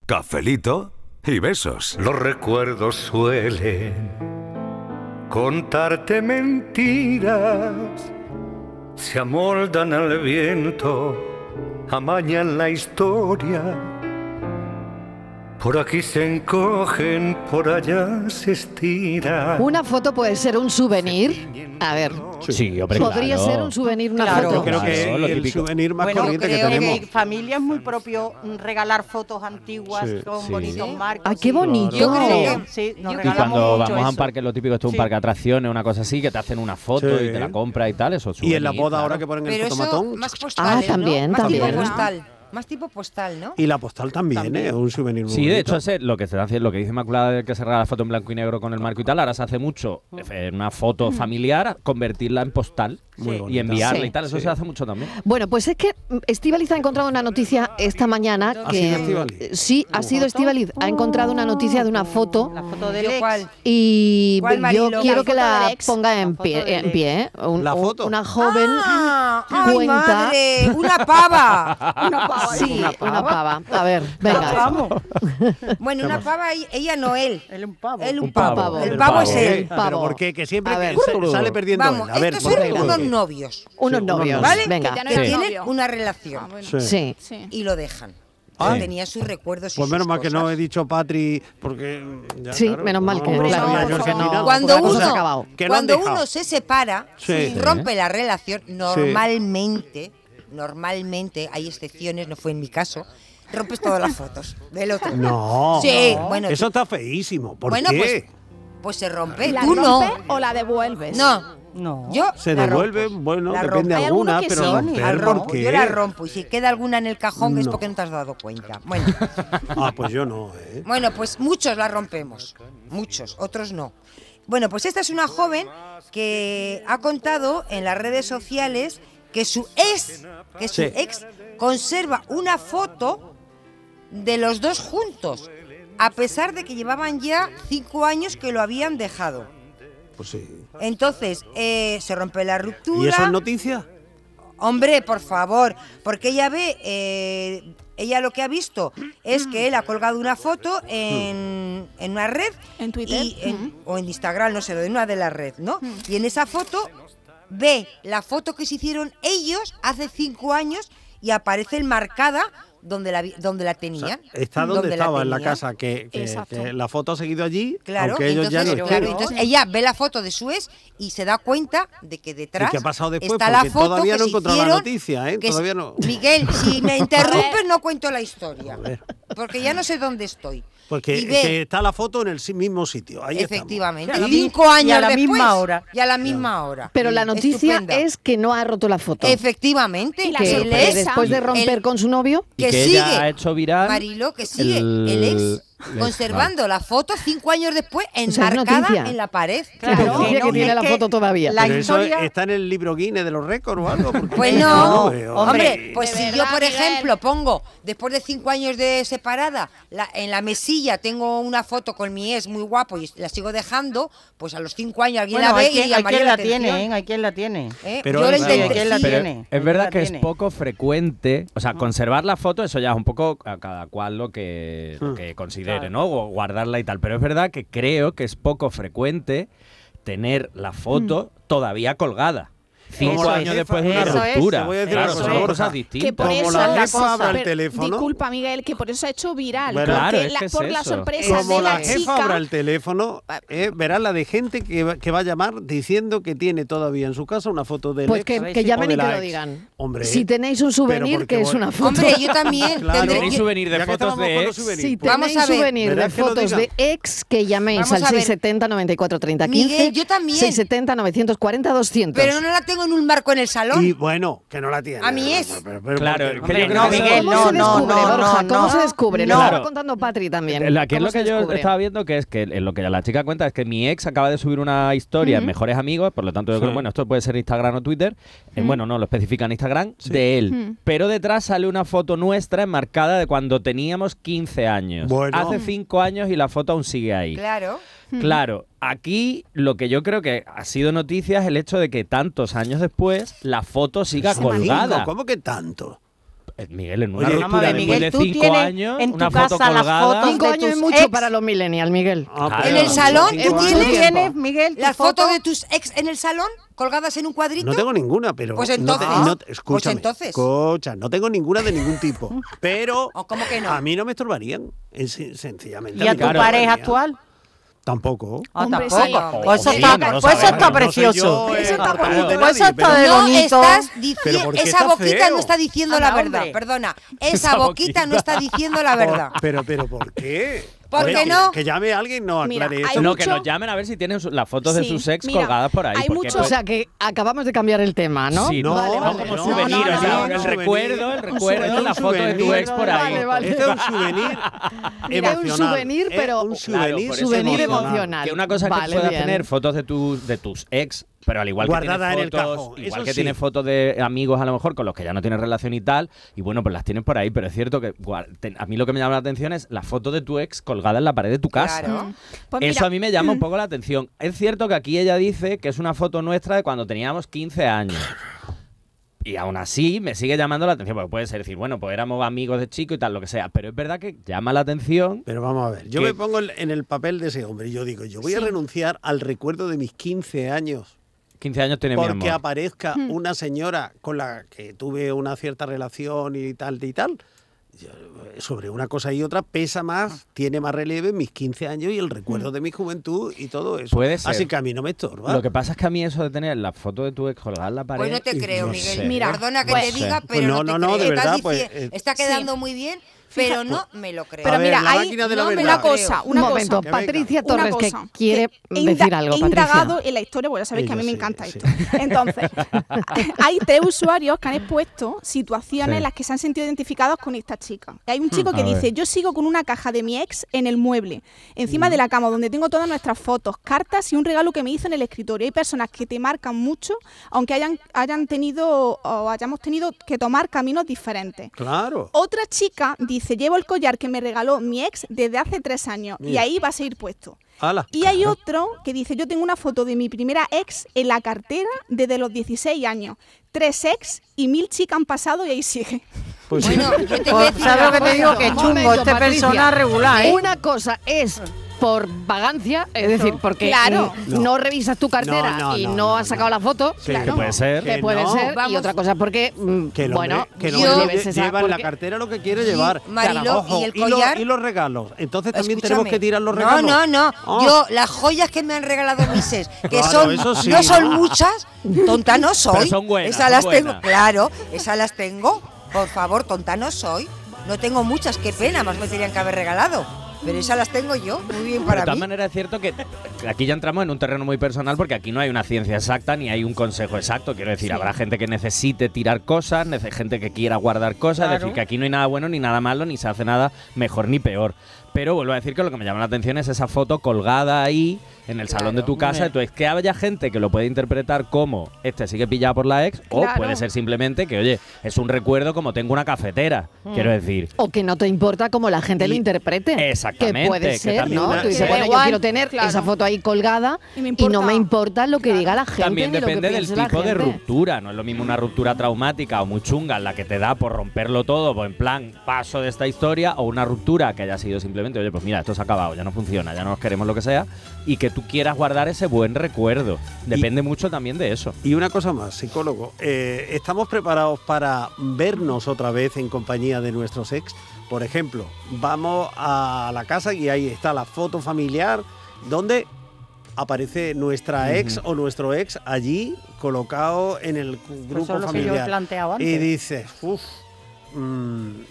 Cafelito y besos. Los recuerdos suelen contarte mentiras. Se amoldan al viento, amañan la historia. Por aquí se encogen, por allá se estiran.
Una foto puede ser un souvenir. A ver.
Sí, hombre,
Podría
claro.
ser un souvenir, una
Claro.
foto.
Yo creo que
Claro, lo
el
típico.
souvenir más
Bueno,
corriente que
creo que,
tenemos.
en familia es muy propio mm, regalar fotos antiguas
Sí,
con
sí.
bonitos
Sí.
marcos.
Ah, qué
sí.
bonito.
Yo creo
creo-
que sí, nos
yo-
Y
regalamos
cuando
mucho
vamos a un
eso.
parque, lo típico, esto es
Sí.
un parque de atracciones, una cosa así, que te hacen una foto
Sí.
y te la compra y tal, eso es
Y en la
souvenir,
boda
claro.
ahora que ponen el
Pero eso
fotomatón.
más
Ah,
postal. ¿eh?
también,
más
también.
tipo postal. Más tipo postal, ¿no?
Y la postal también, ¿eh? Es un souvenir muy
Sí, de
bonito.
hecho, ese- lo que se hace, lo que dice Inmaculada de que se regala la foto en blanco y negro con el marco y tal, ahora se hace mucho eh, una foto familiar, convertirla en postal
Muy
y
bonita.
enviarla
Sí.
y tal. Eso
Sí.
se hace mucho también.
Bueno, pues es que Estivaliz ha encontrado una noticia esta mañana
¿Ha
que
sido Estíbaliz?
sí ha sido Estivaliz ha encontrado una noticia de una foto
La foto del
Yo
ex.
cuál.
y
¿Cuál,
yo
Marilo?
quiero
La
que
foto
la
del ex.
ponga en
La
pie,
foto del
en pie, ¿eh? Un-
¿La
un-
foto?
una joven
Ah, ¡Ay,
cuenta
madre! ¡Una pava!
Una pava.
sí, una pava. A ver, venga.
Vamos.
Bueno, una pava, y- ella no él.
Él es un pavo.
Él un
Un
pavo.
pavo.
El pavo es
¿eh?
él.
Pavo.
Pero porque que siempre
A ver.
que se- sale perdiendo
Vamos,
él. A ver,
estos
¿por qué?
son
¿Por
unos
qué?
novios
Unos
unos
novios,
novios.
¿Vale? Que
venga.
ya no
Sí.
eran
tienen
novios.
una
Ah,
relación
bueno.
Sí.
Sí.
Sí.
y lo dejan.
Ah.
Él Tenía sus recuerdos y
Pues menos
sus
mal que no
cosas.
he dicho Patri, porque. ya,
Sí,
claro,
menos mal
no,
que-
no
claro,
sabía
por
yo que
favor.
ni nada.
Cuando
Otra cosa se ha
uno,
acabado.
Que no han
cuando
dejado.
uno se separa,
Sí.
rompe la relación, normalmente, normalmente, hay excepciones, no fue en mi caso, rompes todas las fotos del otro.
No.
Sí,
no.
bueno.
Eso
tú-
está feísimo. ¿Por
Bueno,
qué?
Pues se rompe.
¿La
Tú no.
rompes o la devuelves?
No. No. Yo
Se
pues, la rompo.
devuelve, bueno,
La
depende
rompo. Hay
alguna,
alguno que
pero
sí.
romper,
La rompo,
¿por qué?
Yo la rompo y si queda alguna en el cajón es
No.
porque no te has dado cuenta. Bueno,
Ah, pues yo no, ¿eh?
bueno, pues muchos la rompemos, muchos, otros no. Bueno, pues esta es una joven que ha contado en las redes sociales que su ex, que su
Sí.
ex conserva una foto de los dos juntos, a pesar de que llevaban ya cinco años que lo habían dejado.
Pues sí.
Entonces, eh, se rompe la ruptura.
¿Y eso es noticia?
Hombre, por favor, porque ella ve, eh, ella lo que ha visto es que él ha colgado una foto en, en una red. ¿En Twitter? Mm. O en Instagram, no sé, en una de las redes, ¿no? Y en esa foto ve la foto que se hicieron ellos hace cinco años y aparece el marcada donde la, vi- donde la tenían.
Está donde, estaba, en la
tenían.
casa, que, que-
Exacto.
que la foto ha seguido allí,
Claro,
aunque ellos ya no
entonces,
estén.
claro, entonces ella ve la foto de su ex y se da cuenta de que detrás
¿Y qué ha pasado después?
está la
Porque
foto
todavía
que
no he
se
encontrado la
hicieron,
noticia, ¿eh?
que es-
Todavía no.
Miguel, si me interrumpes no cuento la historia, porque ya no sé dónde estoy.
Porque
y ve-
que está la foto en el si- mismo sitio. Ahí estamos.
Efectivamente,
Y-
cinco años
y a la
después,
misma hora.
Y a la misma hora.
Pero la noticia
Estupenda.
es que no ha roto la foto.
Efectivamente,
Que,
que él
que
es-
después de
el-
romper con su novio,
Y que, ella ha hecho viral.
Marilo, que sigue, el ex conservando la foto cinco años después
sea, es
enmarcada
noticia.
en la pared.
Claro, Noticia que no, tiene es la que foto todavía. la
Pero eso
historia-
está en el libro Guinness de los récords o algo. porque
Pues
yo
no,
veo.
hombre, pues si yo, por ejemplo, pongo, después de cinco años de separada, la- en la mesilla tengo una foto con mi ex muy guapo y la sigo dejando, pues a los cinco años alguien
Bueno,
la ve
hay, quien,
y
hay
llamaría
quien
la
la
atención.
tiene, ¿eh? hay quien la tiene.
¿Eh?
Pero
yo lo
es verdad-
intenté,
¿Quién la
pero
tiene?
es verdad que
tiene?
es poco frecuente, o sea, conservar la foto, eso ya es un poco a cada cual lo que,
Hmm.
lo que considere, ¿no? O guardarla y tal, pero es verdad que creo que es poco frecuente tener la foto todavía colgada. Cinco
Hmm. Como la
años
jefa-
después de una
eso es.
ruptura.
Te voy a decir
claro,
una
son
cosa.
cosas
Que
distintas.
por eso
la
la
jefa
cosa-
abra el
pero
teléfono.
Disculpa, Miguel, que por eso se ha hecho viral.
Bueno,
porque
claro, es
la-
que es
por la
eso.
sorpresa
Como
de la,
la jefa
chica.
abra el teléfono, eh, verá la de gente que va, que va a llamar diciendo que tiene todavía en su casa una foto de
pues que, que llamen y que lo digan. si tenéis un souvenir, que es una foto.
Tenéis souvenir de fotos de ex.
Si
Vamos
tenéis
a ver.
souvenir de
¿Verdad que lo
fotos
digan?
de ex, que llaméis
Vamos
al
a ver.
670 94 30 15.
Miguel, yo también.
670 940 200.
Pero no la tengo en un marco en el salón.
Y bueno, que no la tiene.
a mi ex.
Claro, que yo creo
no,
que eso-
Miguel,
¿Cómo se descubre, Borja? ¿Cómo se descubre? Nos
No.
estaba contando Patri también.
La que es
¿Cómo
lo
se
que yo
descubre?
estaba viendo que es que en lo que la chica cuenta es que mi ex acaba de subir una historia en
Ujú.
Mejores Amigos, por lo tanto yo
Sí.
creo, bueno, esto puede ser Instagram o Twitter, eh,
Ujú.
bueno, no, lo especifica en Instagram, de él.
Ujú.
Pero detrás sale una foto nuestra enmarcada de cuando teníamos 15 años.
Bueno.
Hace
Ujú.
5 años y la foto aún sigue ahí.
Claro.
Mm. Claro, aquí lo que yo creo que ha sido noticia es el hecho de que tantos años después la foto siga
Cinco,
colgada.
¿Cómo que tanto?
Eh, Miguel, en una
Oye,
ruptura
vamos a ver,
después
Miguel,
de
tú
5
tienes
años,
en tu
una foto
casa las
colgada. Ah,
fotos
Cinco
de
años es
tus
mucho
ex.
para los millennials, Miguel.
claro.
En el salón,
Es
¿tú
mucho
tienes,
tiempo.
Miguel, las fotos de tus ex en el salón colgadas en un cuadrito?
No tengo ninguna, pero.
Pues
no te-
entonces.
no te-
Pues
escúchame,
entonces.
escucha, no tengo ninguna de ningún tipo. Pero.
¿Cómo que no?
A mí no me esturbarían, sencillamente.
¿Y a
mí
tu
no me
pareja
estorbarían.
actual?
Tampoco.
Ah, tampoco. Pues eso está,
Hombre, no lo
pues
sabemos,
eso está
no soy
precioso.
yo, eh,
Eso está
portavoz de
bonito.
nadie,
Eso está de
pero-
bonito.
estás
Pero ¿por qué
Esa
está
boquita
feo?
no está diciendo
Anda,
la verdad,
hombre.
perdona. Esa,
Esa
boquita, no está diciendo la verdad.
Por- Pero, pero, ¿por qué?
¿Por
Hombre,
qué
que-
no?
Que llame a alguien, no
Mira,
aclare
hay
eso.
no, que nos llamen a ver si tienen su- las fotos de
Sí,
sus ex
mira,
colgadas por ahí.
Hay
porque
mucho,
pues-
o sea que acabamos de cambiar el tema, ¿no?
Sí, no,
Vale,
no,
vale.
como souvenir, o sea, el recuerdo, el recuerdo, la foto de tu ex por ahí.
Vale, vale.
Este es un
souvenir
Mira, es un
emocional.
souvenir,
Es
pero
un souvenir
Claro, souvenir
emocional.
emocional.
Que una cosa es que
Vale,
puedas
bien.
tener fotos de tus, de tus ex, pero al igual
Guardadas en
que
el
tienes fotos,
cajón,
igual
eso
que
sí.
tienes fotos de amigos a lo mejor con los que ya no tienes relación y tal, y bueno, pues las tienes por ahí, pero es cierto que guar- te- a mí lo que me llama la atención es la foto de tu ex colgada en la pared de tu casa.
Claro.
Pues
Eso
mira,
a mí me llama un poco la atención. Es cierto que aquí ella dice que es una foto nuestra de cuando teníamos 15 años. Y aún así me sigue llamando la atención, porque puede ser decir, bueno, pues éramos amigos de chico y tal, lo que sea, pero es verdad que llama la atención.
Pero vamos a ver, Yo me pongo en- en el papel de ese hombre y yo digo, yo voy a
Sí.
renunciar al recuerdo de mis 15 años
15 años tiene mi
porque
amor.
aparezca
Hmm.
una señora con la que tuve una cierta relación y tal y tal. Yo, eh, Sobre una cosa y otra pesa
Ah.
más, tiene más relieve mis 15 años y el recuerdo
Hmm.
de mi juventud y todo eso.
Puede ser.
Así que a mí no me estorba.
Lo que pasa es que a mí eso de tener la foto de tu ex colgada en la pared.
Pues no te creo, Miguel.
sé.
Perdona que
Pues
te
no
diga,
sé.
pero
Pues
no,
no,
te
no,
creo.
de
Estás
verdad, pues,
dici-
eh,
está quedando muy bien, pero no me lo creo.
Pero mira, hay una cosa, una cosa.
Un momento,
Venga.
Patricia
Una
Torres, que
cosa,
quiere
he
decir
inda-
algo,
He
Patricia.
indagado en la historia, porque ya sabéis que a mí me
Ella sí,
encanta esto. Entonces, hay tres usuarios que han expuesto situaciones
Sí.
en las que se han sentido identificados con esta chica. Hay un chico
Mm.
Hmm,
que
a ver.
dice, yo sigo con una caja de mi ex en el mueble, encima
Mm.
de la cama, donde tengo todas nuestras fotos, cartas y un regalo que me hizo en el escritorio. Hay personas que te marcan mucho, aunque hayan, hayan tenido o hayamos tenido que tomar caminos diferentes.
Claro.
Otra chica dice, llevo el collar que me regaló mi ex desde hace tres años y
Mira.
ahí va a seguir puesto.
Ala.
Y hay otro que dice, yo tengo una foto de mi primera ex en la cartera desde los 16 años. Tres ex y mil chicas han pasado y ahí sigue.
Pues
sí.
te voy a decir Oh, ¿Sabes lo que te digo? Que chungo, este persona regular, ¿eh?
Una cosa es por vagancia, es decir, porque
Claro.
mm, no, revisas tu cartera
No, no,
y
no,
no, has sacado la foto,
Que
claro,
no. puede ser.
que
Que
puede
no.
ser, y
Vamos.
otra cosa es porque, mm,
Que el hombre,
bueno,
que el
no
hombre
lleves
lle-
esa-
lleva en la
porque-
cartera lo que quiere
Sí,
llevar.
Mariló,
Claro, ojo,
¿y el
lo-
collar?
Y, los regalos. Entonces también tenemos
Escúchame.
que tirar los
No,
regalos.
No, no,
Oh.
Yo, las joyas que me han regalado mis ex, que
Claro, eso
son,
sí.
no son muchas, tonta no soy.
Pero son buenas,
esas
son
las
buenas.
tengo, claro, esas las tengo. Por favor, tonta no soy. No tengo muchas, qué pena, más me tenían que haber regalado. Pero esas las tengo yo, muy bien
de
para
todas
mí.
maneras es cierto que aquí ya entramos en un terreno muy personal porque aquí no hay una ciencia exacta ni hay un consejo exacto. Quiero decir,
Sí.
habrá gente que necesite tirar cosas, nece- gente que quiera guardar cosas, es
Claro.
decir, que aquí no hay nada bueno ni nada malo, ni se hace nada mejor ni peor. Pero vuelvo a decir que lo que me llama la atención es esa foto colgada ahí en el salón de tu casa.
hombre.
Entonces, que haya gente que lo puede interpretar como este sigue pillado por la ex o
Claro.
puede ser simplemente que, oye, es un recuerdo como tengo una cafetera.
Hmm.
Mm.
Quiero decir,
O que no te importa cómo la gente lo interprete.
exactamente,
Que puede
que
ser,
también
¿no?
una-
Tú dices,
sí.
bueno, yo
Igual,
quiero tener esa foto ahí colgada y, no me importa lo que diga la gente.
También
ni lo que
depende del
piense la
tipo de
gente.
ruptura. No es lo mismo una ruptura traumática o muy chunga en la que te da por romperlo todo, pues en plan paso de esta historia, o una ruptura que haya sido simplemente, oye, pues mira, esto se ha acabado, ya no funciona, ya no nos queremos lo que sea, y que tú quieras guardar ese buen recuerdo. Depende mucho también de eso.
Y una cosa más, psicólogo, eh, ¿estamos preparados para vernos otra vez en compañía de nuestros ex? Por ejemplo, vamos a la casa y ahí está la foto familiar donde aparece nuestra ex
Ujú.
o nuestro ex allí colocado en el cu- grupo
eso es lo que yo he
familiar.
planteado
Y
antes.
dices, uff,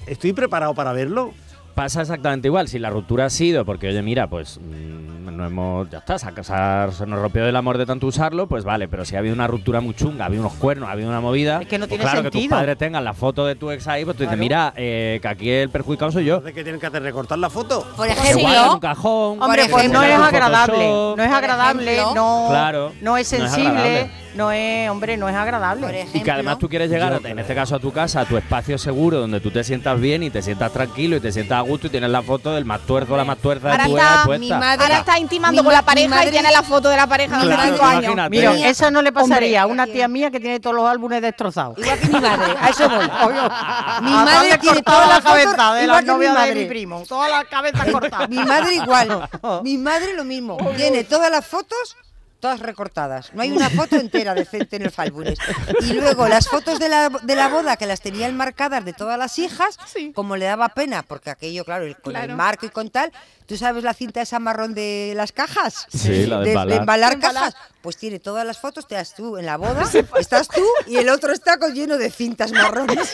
estoy preparado para verlo.
Pasa exactamente igual. Si la ruptura ha sido porque, oye, mira, pues mm, no hemos. Ya está, se, ha- se ha- se nos rompió el amor de tanto usarlo, pues vale, pero si ha habido una ruptura muy chunga, ha habido unos cuernos, ha habido una movida.
Es que no
pues
tiene
claro, que tus
sentido.
padres tengan la foto de tu ex ahí, pues tú dices,
Claro.
mira, eh, que aquí el perjudicado soy yo.
¿De qué tienen que hacer? ¿Recortar la foto?
Por
Se guarda en un
ejemplo,
cajón.
Hombre,
se
pues
guarda
No
en
es
un
agradable,
Photoshop.
no es agradable,
ejemplo.
no,
Claro,
no es
no es
sensible,
agradable.
no es, hombre, no es agradable.
Y que además tú quieres llegar, en este caso a tu casa, a tu espacio seguro, donde tú te sientas bien y te sientas tranquilo y te sientas a gusto y tienes la foto del más tuerzo, la más tuerza de
Ahora
tu
está,
ex
mi
puesta.
madre, ahora está intimando
mi
con
ma-
la
mi
pareja
madre-
y tiene la foto de la pareja de hace
Claro,
cinco años.
imagínate.
Mira,
Mira,
eso no le pasaría a una
aquí-
tía mía que tiene todos los álbumes destrozados.
igual que mi madre, a eso voy. Mi
Habrá
madre tiene
cortado
toda la
la cabeza de la novia de
madre.
mi primo, toda la cabeza cortada.
Mi madre igual, mi madre lo mismo. Tiene todas las fotos, todas recortadas. No hay una foto entera decente en los álbumes. Y luego las fotos de la, de la boda que las tenía enmarcadas de todas las hijas, como le daba pena, porque aquello, claro, el- con el
Claro.
marco y con tal. ¿Tú sabes la cinta esa marrón de las cajas?
Sí, la de embalar.
embalar cajas. Pues tiene todas las fotos, te das tú en la boda,
pues.
estás tú y el otro está con lleno de cintas marrones.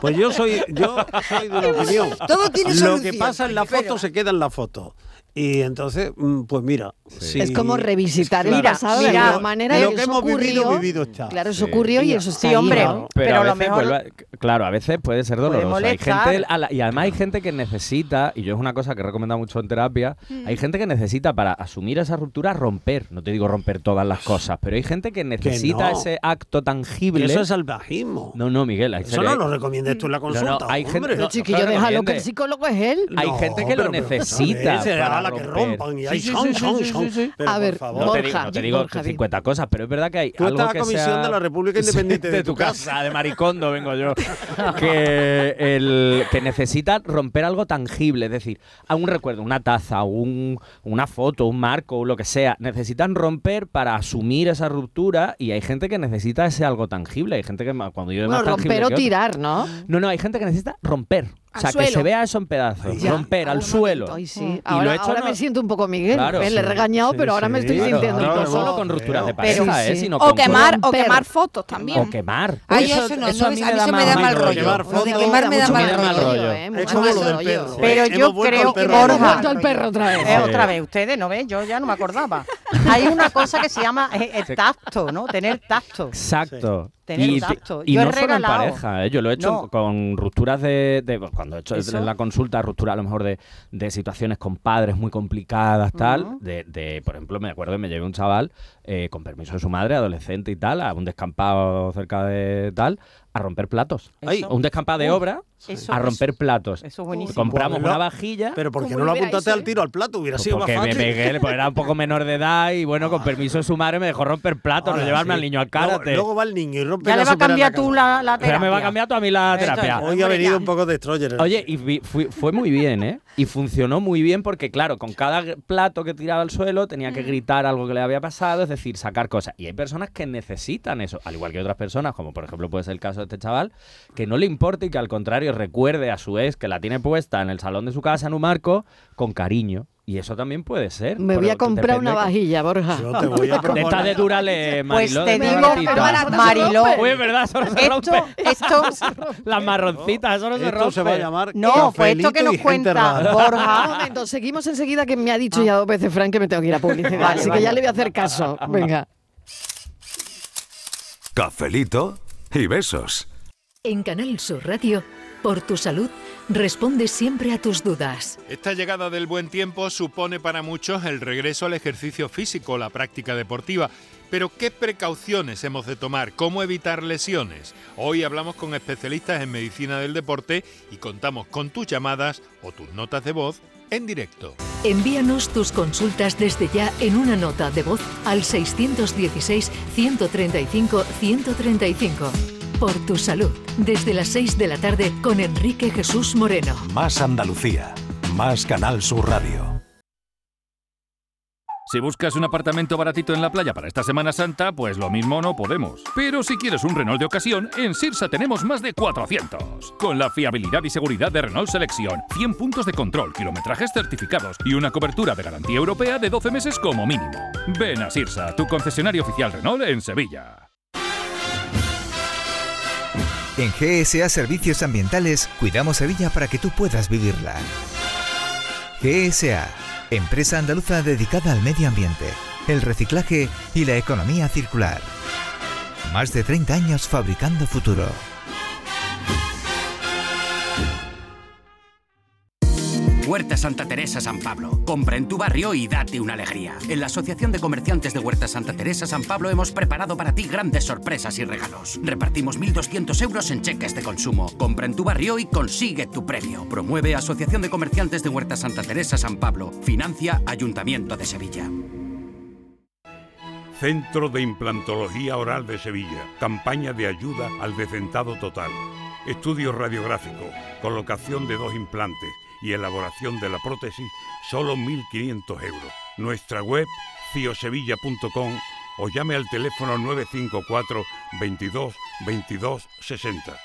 Pues yo soy, yo soy de la opinión.
Todo tiene
Lo
solución,
que pasa en la foto se queda en la foto. Y entonces, mm, pues mira, si-
Es como revisitar el
Mira,
pasado de
mira,
alguna manera.
lo
y
que
eso
hemos vivido,
ocurrió.
vivido está.
Claro, eso ocurrió y eso está ahí, ¿no?
a veces vuelve a- claro, a veces puede ser doloroso. hay
molestar.
gente, a la- y además hay gente que necesita, y yo es una cosa que he recomendado mucho en terapia,
Mm.
hay gente que necesita para asumir esa ruptura romper. No te digo romper todas las cosas, pero hay gente que necesita
no.
ese acto tangible.
Eso es salvajismo.
No, no, Miguel. hay
Eso
serio-
no lo recomiendas tú en la
No, no,
consulta.
hay gente-
hombre.
no,
Chiquillo,
claro,
déjalo,
entiende.
que el psicólogo es él.
Hay gente que
pero-
lo necesita.
Ese era
para
la que
romper.
rompan y ahí
Sí, sí,
son,
sí,
son,
sí, sí,
son.
sí.
Pero
A
por
ver,
favor.
No te digo, no te digo
Borja, di.
50 cosas, pero es verdad que hay
Tú
algo
estás
que
a comisión
sea-
de la República Independiente
de,
de
tu
tu
casa, de Maricondo vengo yo, que el que necesita romper algo tangible, es decir, a un recuerdo, una taza, un, una foto, un marco, o lo que sea, necesitan romper para asumir esa ruptura y hay gente que necesita ese algo tangible, hay gente que ma- cuando yo
Bueno, romper o tirar, ¿no?
No, no, hay gente que necesita romper. O
Al
sea, que
suelo.
se vea eso en pedazos.
Ya,
Romper al suelo.
Ay,
Y
sí.
lo
Ahora,
he hecho
ahora
no-
me siento un poco Miguel.
Claro,
¿eh?
sí.
Le he regañado,
Sí,
pero ahora
sí.
me estoy
Claro,
sintiendo
ahora
un
no
poco
solo con rupturas de
Pero
pareja, ¿eh?
sí.
Sino
O
con
quemar, o
cosas-
quemar fotos también.
O quemar.
Ay, eso no, no, a mí eso me da mal rollo.
Quemar
Lo
fotos-
de quemar me da
mucho
mal rollo,
¿eh?
¿eh?
Mucho
Es como
mal
lo del
rollo.
perro. Pero
Hemos
yo
vuelto al
creo que
perro otra vez.
vuelto al perro otra vez.
Eh,
Sí.
otra vez, ustedes no ven, yo ya no me acordaba. Hay una cosa que se llama eh, el
Se-
tacto, ¿no? Tener tacto.
Exacto.
Tener
y
tacto.
y
Yo he
no solo en
regalado.
pareja, ¿eh? yo lo he hecho
No.
con rupturas de, de- pues, cuando he hecho
Eso.
en la consulta ruptura a lo mejor de, de situaciones con padres muy complicadas tal, de, de, por ejemplo me acuerdo me llevé un chaval eh, con permiso de su madre adolescente y tal a un descampado cerca de tal a romper platos,
Ay.
a un descampado de
Uy,
obra
eso-
a romper platos,
eso es buenísimo.
compramos
Bueno,
una vajilla,
Pero ¿por qué no lo apuntaste al tiro al plato? Hubiera
Pues
sido más
porque me
fácil.
pegué, pues era un poco menor de edad y bueno, con permiso de su madre me dejó romper platos, no
Ahora sí.
llevarme al niño al karate.
Luego, luego va el niño y rompe
Ya
la
le va a
superana
cambiar
cara.
tú la, la
Pero me va a
terapia.
cambiar toda a mí la
Esto es,
terapia.
Hoy ha venido un poco destroyer.
Oye, y vi- fui- fue muy bien, ¿eh? Y funcionó muy bien porque, claro, con cada gr- plato que tiraba al suelo tenía
Mm.
que gritar algo que le había pasado, es decir, sacar cosas. Y hay personas que necesitan eso, al igual que otras personas, como por ejemplo puede ser el caso de este chaval, que no le importe y que al contrario recuerde a su ex que la tiene puesta en el salón de su casa en un marco con cariño. Y eso también puede ser.
Me voy
pero
a comprar una
depende de-
vajilla, Borja.
de estas de Durale,
Pues
Mariló,
te
de
digo,
marroncita.
pero ahora se Mariló. rompe.
Uy, es verdad, solo se
Esto-
rompe.
esto-
Las marroncitas, solo se rompe.
Esto se va a llamar
No, pues esto que
Cafelito
nos
y gente rara.
cuenta Borja. Un momento, seguimos enseguida que me ha dicho ya dos veces Fran que me tengo que ir a publicidad.
Vale,
así
vale.
que ya le voy a hacer caso. Venga.
Cafelito y besos.
En Canal Sur Radio, por tu salud, responde siempre a tus dudas.
Esta llegada del buen tiempo supone para muchos el regreso al ejercicio físico, la práctica deportiva. Pero ¿qué precauciones hemos de tomar? ¿Cómo evitar lesiones? Hoy hablamos con especialistas en medicina del deporte y contamos con tus llamadas o tus notas de voz en directo.
Envíanos tus consultas desde ya en una nota de voz al 616-135-135. Por tu salud, desde las 6 de la tarde con Enrique Jesús Moreno.
Más Andalucía. Más Canal Sur Radio.
Si buscas un apartamento baratito en la playa para esta Semana Santa, pues lo mismo no podemos. Pero si quieres un Renault de ocasión, en Sirsa tenemos más de 400. Con la fiabilidad y seguridad de Renault Selección, 100 puntos de control, kilometrajes certificados y una cobertura de garantía europea de 12 meses como mínimo. Ven a Sirsa, tu concesionario oficial Renault en Sevilla.
En GSA Servicios Ambientales cuidamos Sevilla para que tú puedas vivirla. GSA, empresa andaluza dedicada al medio ambiente, el reciclaje y la economía circular. Más de 30 años fabricando futuro.
Huerta Santa Teresa San Pablo. Compra en tu barrio y date una alegría. En la Asociación de Comerciantes de Huerta Santa Teresa San Pablo hemos preparado para ti grandes sorpresas y regalos. Repartimos 1.200 euros en cheques de consumo. Compra en tu barrio y consigue tu premio. Promueve Asociación de Comerciantes de Huerta Santa Teresa San Pablo. Financia Ayuntamiento de Sevilla.
Centro de Implantología Oral de Sevilla. Campaña de ayuda al decentado total. Estudio radiográfico, colocación de dos implantes y elaboración de la prótesis, solo 1.500 euros. Nuestra web, ciosevilla.com o llame al teléfono 954 22 22 60.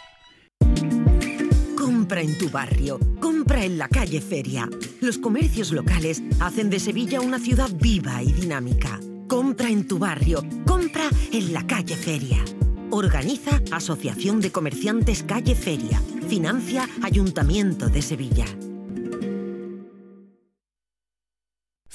Compra en tu barrio, compra en la calle Feria. Los comercios locales hacen de Sevilla una ciudad viva y dinámica. Compra en tu barrio, compra en la calle Feria. Organiza Asociación de Comerciantes Calle Feria. Financia Ayuntamiento de Sevilla.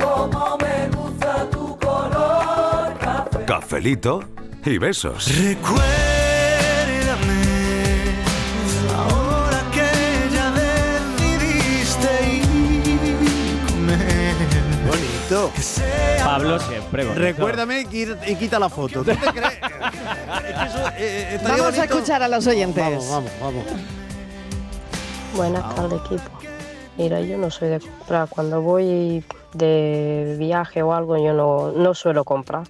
Como me gusta tu color café.
Cafelito y besos.
Recuérdame, ahora que ya decidiste ir con él.
Bonito.
Pablo siempre. bonito.
Recuérdame y quita- y quita la foto. ¿Tú te crees? eh,
Vamos a escuchar a los oyentes.
Vamos, vamos, vamos.
Buenas tardes, equipo.
Mira, yo no soy de comprar. Cuando voy de viaje o algo, yo no, no suelo comprar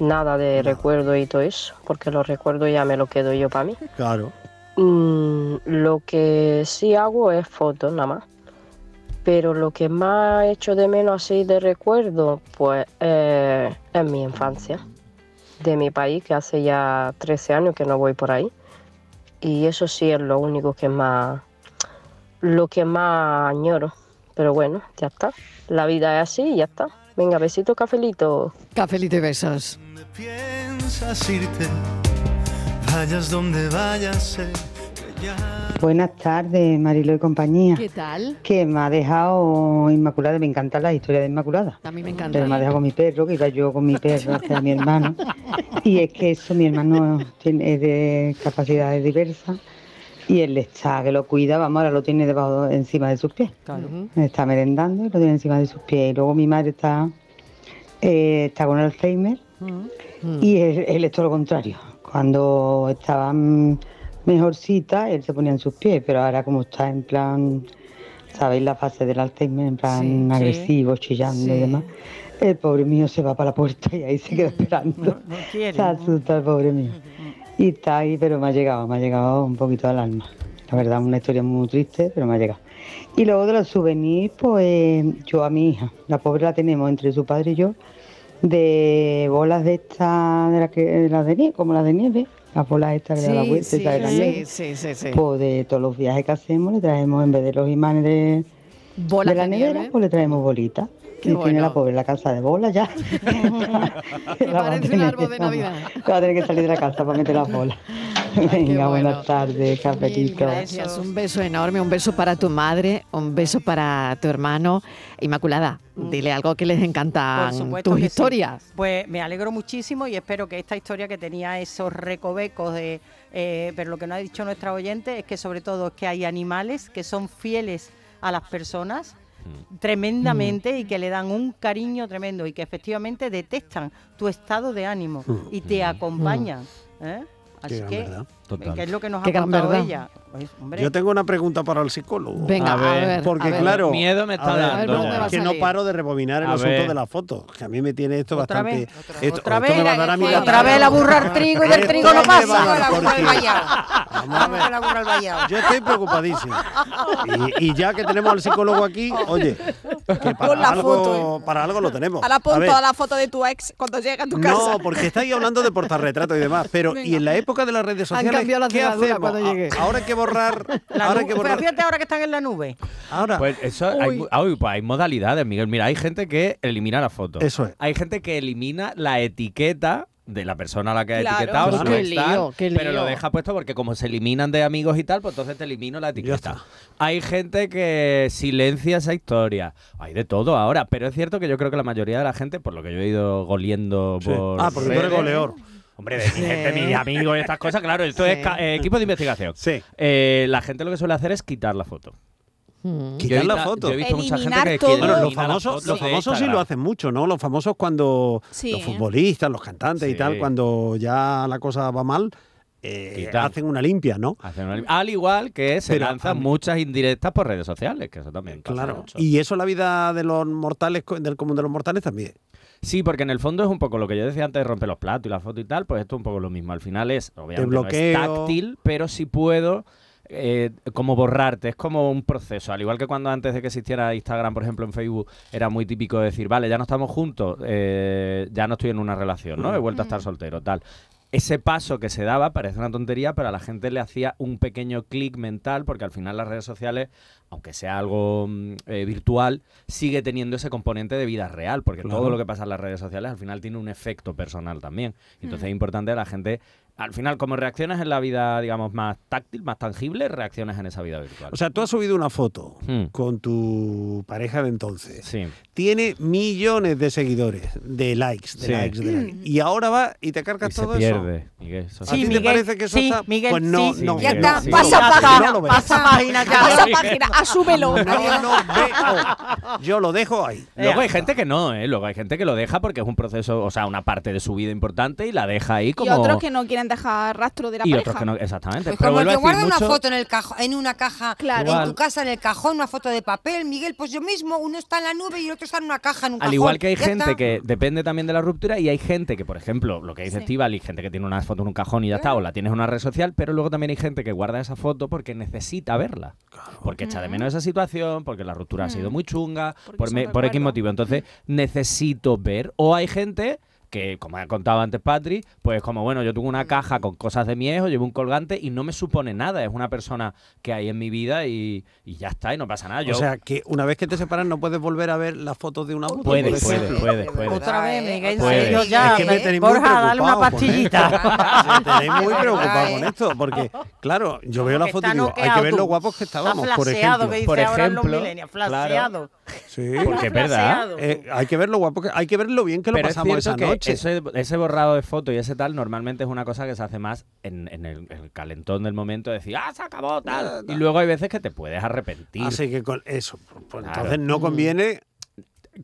nada de recuerdo y todo eso, porque los recuerdos ya me lo quedo yo para mí.
Claro.
Mm, lo que sí hago es fotos nada más. Pero lo que más hecho de menos así de recuerdo, pues eh, es mi infancia. De mi país, que hace ya 13 años que no voy por ahí. Y eso sí es lo único que más. Lo que más añoro. Pero bueno, ya está. La vida es así y ya está. Venga, besito, cafelito.
Cafelito y besos.
piensas irte, vayas donde vayas, sé que ya
Buenas tardes, Marilo y compañía.
¿Qué tal?
Que me ha dejado Inmaculada, me encanta la historia de Inmaculada.
A mí me encanta.
Pero me ha dejado con mi perro, que iba yo con mi perro hacia mi hermano. Y es que eso, mi hermano tiene, es de capacidades diversas. Y él está, que lo cuida, vamos, ahora lo tiene debajo, encima de sus pies. Está merendando y lo tiene encima de sus pies. Y luego mi madre está, eh, está con Alzheimer.
Mm.
Y él, él es todo lo contrario. Cuando estaban mejorcita, él se ponía en sus pies, pero ahora como está en plan, ¿sabéis la fase del Alzheimer? En plan
Sí,
agresivo, chillando
sí.
y demás. El pobre mío se va para la puerta y ahí se
Mm,
queda esperando.
quiere,
se asusta el pobre mío. Y está ahí, pero me ha llegado, me ha llegado un poquito al alma. La verdad, una historia muy triste, pero me ha llegado. Y luego de los souvenirs, pues yo a mi hija, la pobre la tenemos entre su padre y yo, de bolas de estas, de las que, de las de nieve, como las de nieve, las bolas estas que le da la vuelta,
sí,
¿sabes? Las
sí,
negras.
sí, sí, sí.
Pues de todos los viajes que hacemos, le traemos en vez de los imanes de,
Bolas
de la
de
nevera,
nieve.
pues le traemos bolitas.
Qué
y
bueno.
tiene la pobre la casa de bolas ya. La va a
Parece un
tener
árbol
que-
de Navidad.
Va a tener que salir de la casa para meter las bolas. Venga, buenas tardes, cafetito.
Gracias, un beso enorme, un beso para tu madre, un beso para tu hermano. Inmaculada, dile algo que les encanta
supuesto
tus
que sí.
historias.
Pues me alegro muchísimo y espero que esta historia que tenía esos recovecos de, eh, pero lo que no ha dicho nuestra oyente es que sobre todo es que hay animales que son fieles a las personas
Mm.
tremendamente
Mm.
y que le dan un cariño tremendo y que efectivamente detectan tu estado de ánimo
Mm.
y te acompañan. ¿eh?
Qué
Así
gran
que,
verdad.
eh, que es lo que nos
Qué
ha
gran
contado
verdad.
ella. Pues, hombre,
Yo tengo una pregunta para el psicólogo.
Venga, A a ver, ver,
Porque
a ver.
claro,
Miedo me está
a ver,
dando. A ver por dónde va a
es que no
salir.
paro de rebobinar el
A
asunto
ver.
de las fotos, que a mí me tiene esto
Otra
bastante
vez,
esto,
otra
esto me va a
vez.
dar a mí
Otra
lástima.
vez la burra al trigo y del
Esto
trigo no
me va a
pasa.
dar,
La burra al
porque-
vallado.
Vamos a ver. Yo estoy preocupadísimo. Y, y ya que tenemos al psicólogo aquí, oye, que para,
Pon la
algo,
foto,
para algo lo tenemos.
Ahora
A
pon
ver,
toda la foto de tu ex cuando llega a tu casa.
no, porque estáis hablando de portarretratos y demás, pero y en la época de las redes
Han
sociales,
cambiado la
¿qué
cerradura
hacemos?
cuando
A-
llegué.
Ahora hay que borrar,
la
ahora
nube-
hay que
pero
borrar
fíjate ahora que están en la nube.
Ahora.
Pues eso hay,
Uy.
mu- ah, uy, pues hay modalidades, Miguel. Mira, hay gente que elimina la foto.
Eso es.
Hay gente que elimina la etiqueta de la persona a la que ha
Claro.
etiquetado.
Claro.
su
Qué
ex
lío,
tal,
qué
Pero
lío.
lo deja puesto porque como se eliminan de amigos y tal, pues entonces te elimino la etiqueta. Hay gente que silencia esa historia. Hay de todo ahora. Pero es cierto que yo creo que la mayoría de la gente, por lo que yo he ido goleando
Sí.
por...
Ah, porque tú eres
redes,
goleador.
Hombre, de mi gente, mis amigos y estas cosas, claro, esto es ca- eh, equipo de investigación. Eh,
Sí.
la gente lo que suele hacer es quitar la foto.
Mm.
Yo he
Quitar la
vi-
foto.
yo he visto mucha gente Eliminar que- que todo.
Bueno, los
elimina las
famosos,
fotos
los
de
famosos sí
Instagram.
lo hacen mucho, ¿no? Los famosos cuando
Sí,
los
¿eh?
futbolistas, los cantantes y
Sí.
tal, cuando ya la cosa va mal, eh,
Quitan.
hacen una limpia, ¿no?
Hacen una lim- Al igual que se
Pero a
lanzan
mí-
muchas indirectas por redes sociales, que eso también pasa
Claro.
mucho.
Y eso la vida de los mortales, co- del común de los mortales también.
Sí, porque en el fondo es un poco lo que yo decía antes de romper los platos y la foto y tal, pues esto es un poco lo mismo. Al final es, obviamente, no es
bloqueo.
táctil, pero sí puedo eh, como borrarte, es como un proceso. Al igual que cuando antes de que existiera Instagram, por ejemplo, en Facebook, era muy típico decir, vale, ya no estamos juntos, eh, ya no estoy en una relación, ¿no? He vuelto a estar soltero, tal. Ese paso que se daba parece una tontería, pero a la gente le hacía un pequeño clic mental, porque al final las redes sociales, aunque sea algo mm, eh, virtual, sigue teniendo ese componente de vida real, porque
Claro.
todo lo que pasa en las redes sociales al final tiene un efecto personal también. Entonces
Mm.
es importante que la gente, al final, como reaccionas en la vida, digamos, más táctil, más tangible, reaccionas en esa vida virtual.
O sea, tú has subido una foto
Hmm.
con tu pareja de entonces. Tiene millones de seguidores, de likes, de
Sí.
likes, de likes. Y ahora va y te cargas
Y se
todo eso.
pierde, Miguel. eso
¿A ti te parece que eso
sí,
está?
Miguel,
pues no,
sí,
no.
sí, Ya
no,
está,
sí,
pasa
no,
página,
no lo veas.
pasa página ya.
Pasa página, asúmelo.
No, no veo. Oh, Yo lo dejo ahí.
Luego hay gente que no, ¿eh? Luego hay gente que lo deja porque es un proceso, o sea, una parte de su vida importante y la deja ahí como...
Y otros que no quieren pueden dejar rastro de la
y
pareja.
otros que no, exactamente.
Pues Como
vuelvo
el
a
que
decir,
guarda una
mucho-
foto en, el cajo- en una caja,
Claro.
en
Igual.
tu casa, en el cajón, una foto de papel, Miguel, pues yo mismo, uno está en la nube y el otro está en una caja, en un
Al
cajón.
igual que hay
Ya
gente
está.
que depende también de la ruptura y hay gente que, por ejemplo, lo que dice
Sí.
Estival, y gente que tiene una foto en un cajón y ya está, o la tienes en una red social, pero luego también hay gente que guarda esa foto porque necesita verla. Porque echa de menos esa situación, porque la ruptura ha
Mm.
sido muy chunga, por, me- por X motivo. Entonces, necesito ver. O hay gente que, como ha contado antes Patri, pues como, bueno, yo tuve una caja con cosas de mi hijo, llevo un colgante y no me supone nada. Es una persona que hay en mi vida y, y ya está, y no pasa nada. Yo,
O sea, que una vez que te separas no puedes volver a ver las fotos de una boda.
Puede,
por
puede,
ejemplo.
puede, puede.
Otra vez, Miguel,
Puede.
serio, ya.
Es que me tenéis muy
Borja, dale una
preocupado con esto.
pastillita.
Me tenéis muy
De verdad,
preocupado
¿eh?
con esto, porque, claro, yo veo la
Que
foto y
está
digo, hay que
noqueado
ver
tú.
lo guapos que estábamos,
Está
por
flaseado,
ejemplo.
que dice
por
ahora los
ejemplo,
millennials, flaseado.
Sí,
Porque es verdad.
Eh, hay que ver lo guapo que, hay que ver lo bien que lo
Pero es
pasamos
cierto
esa
que
noche.
Ese, ese borrado de foto y ese tal normalmente es una cosa que se hace más en, en el, en el calentón del momento, decir, ah, se acabó, tal. Y luego hay veces que te puedes arrepentir.
Así que con eso, pues, entonces no conviene.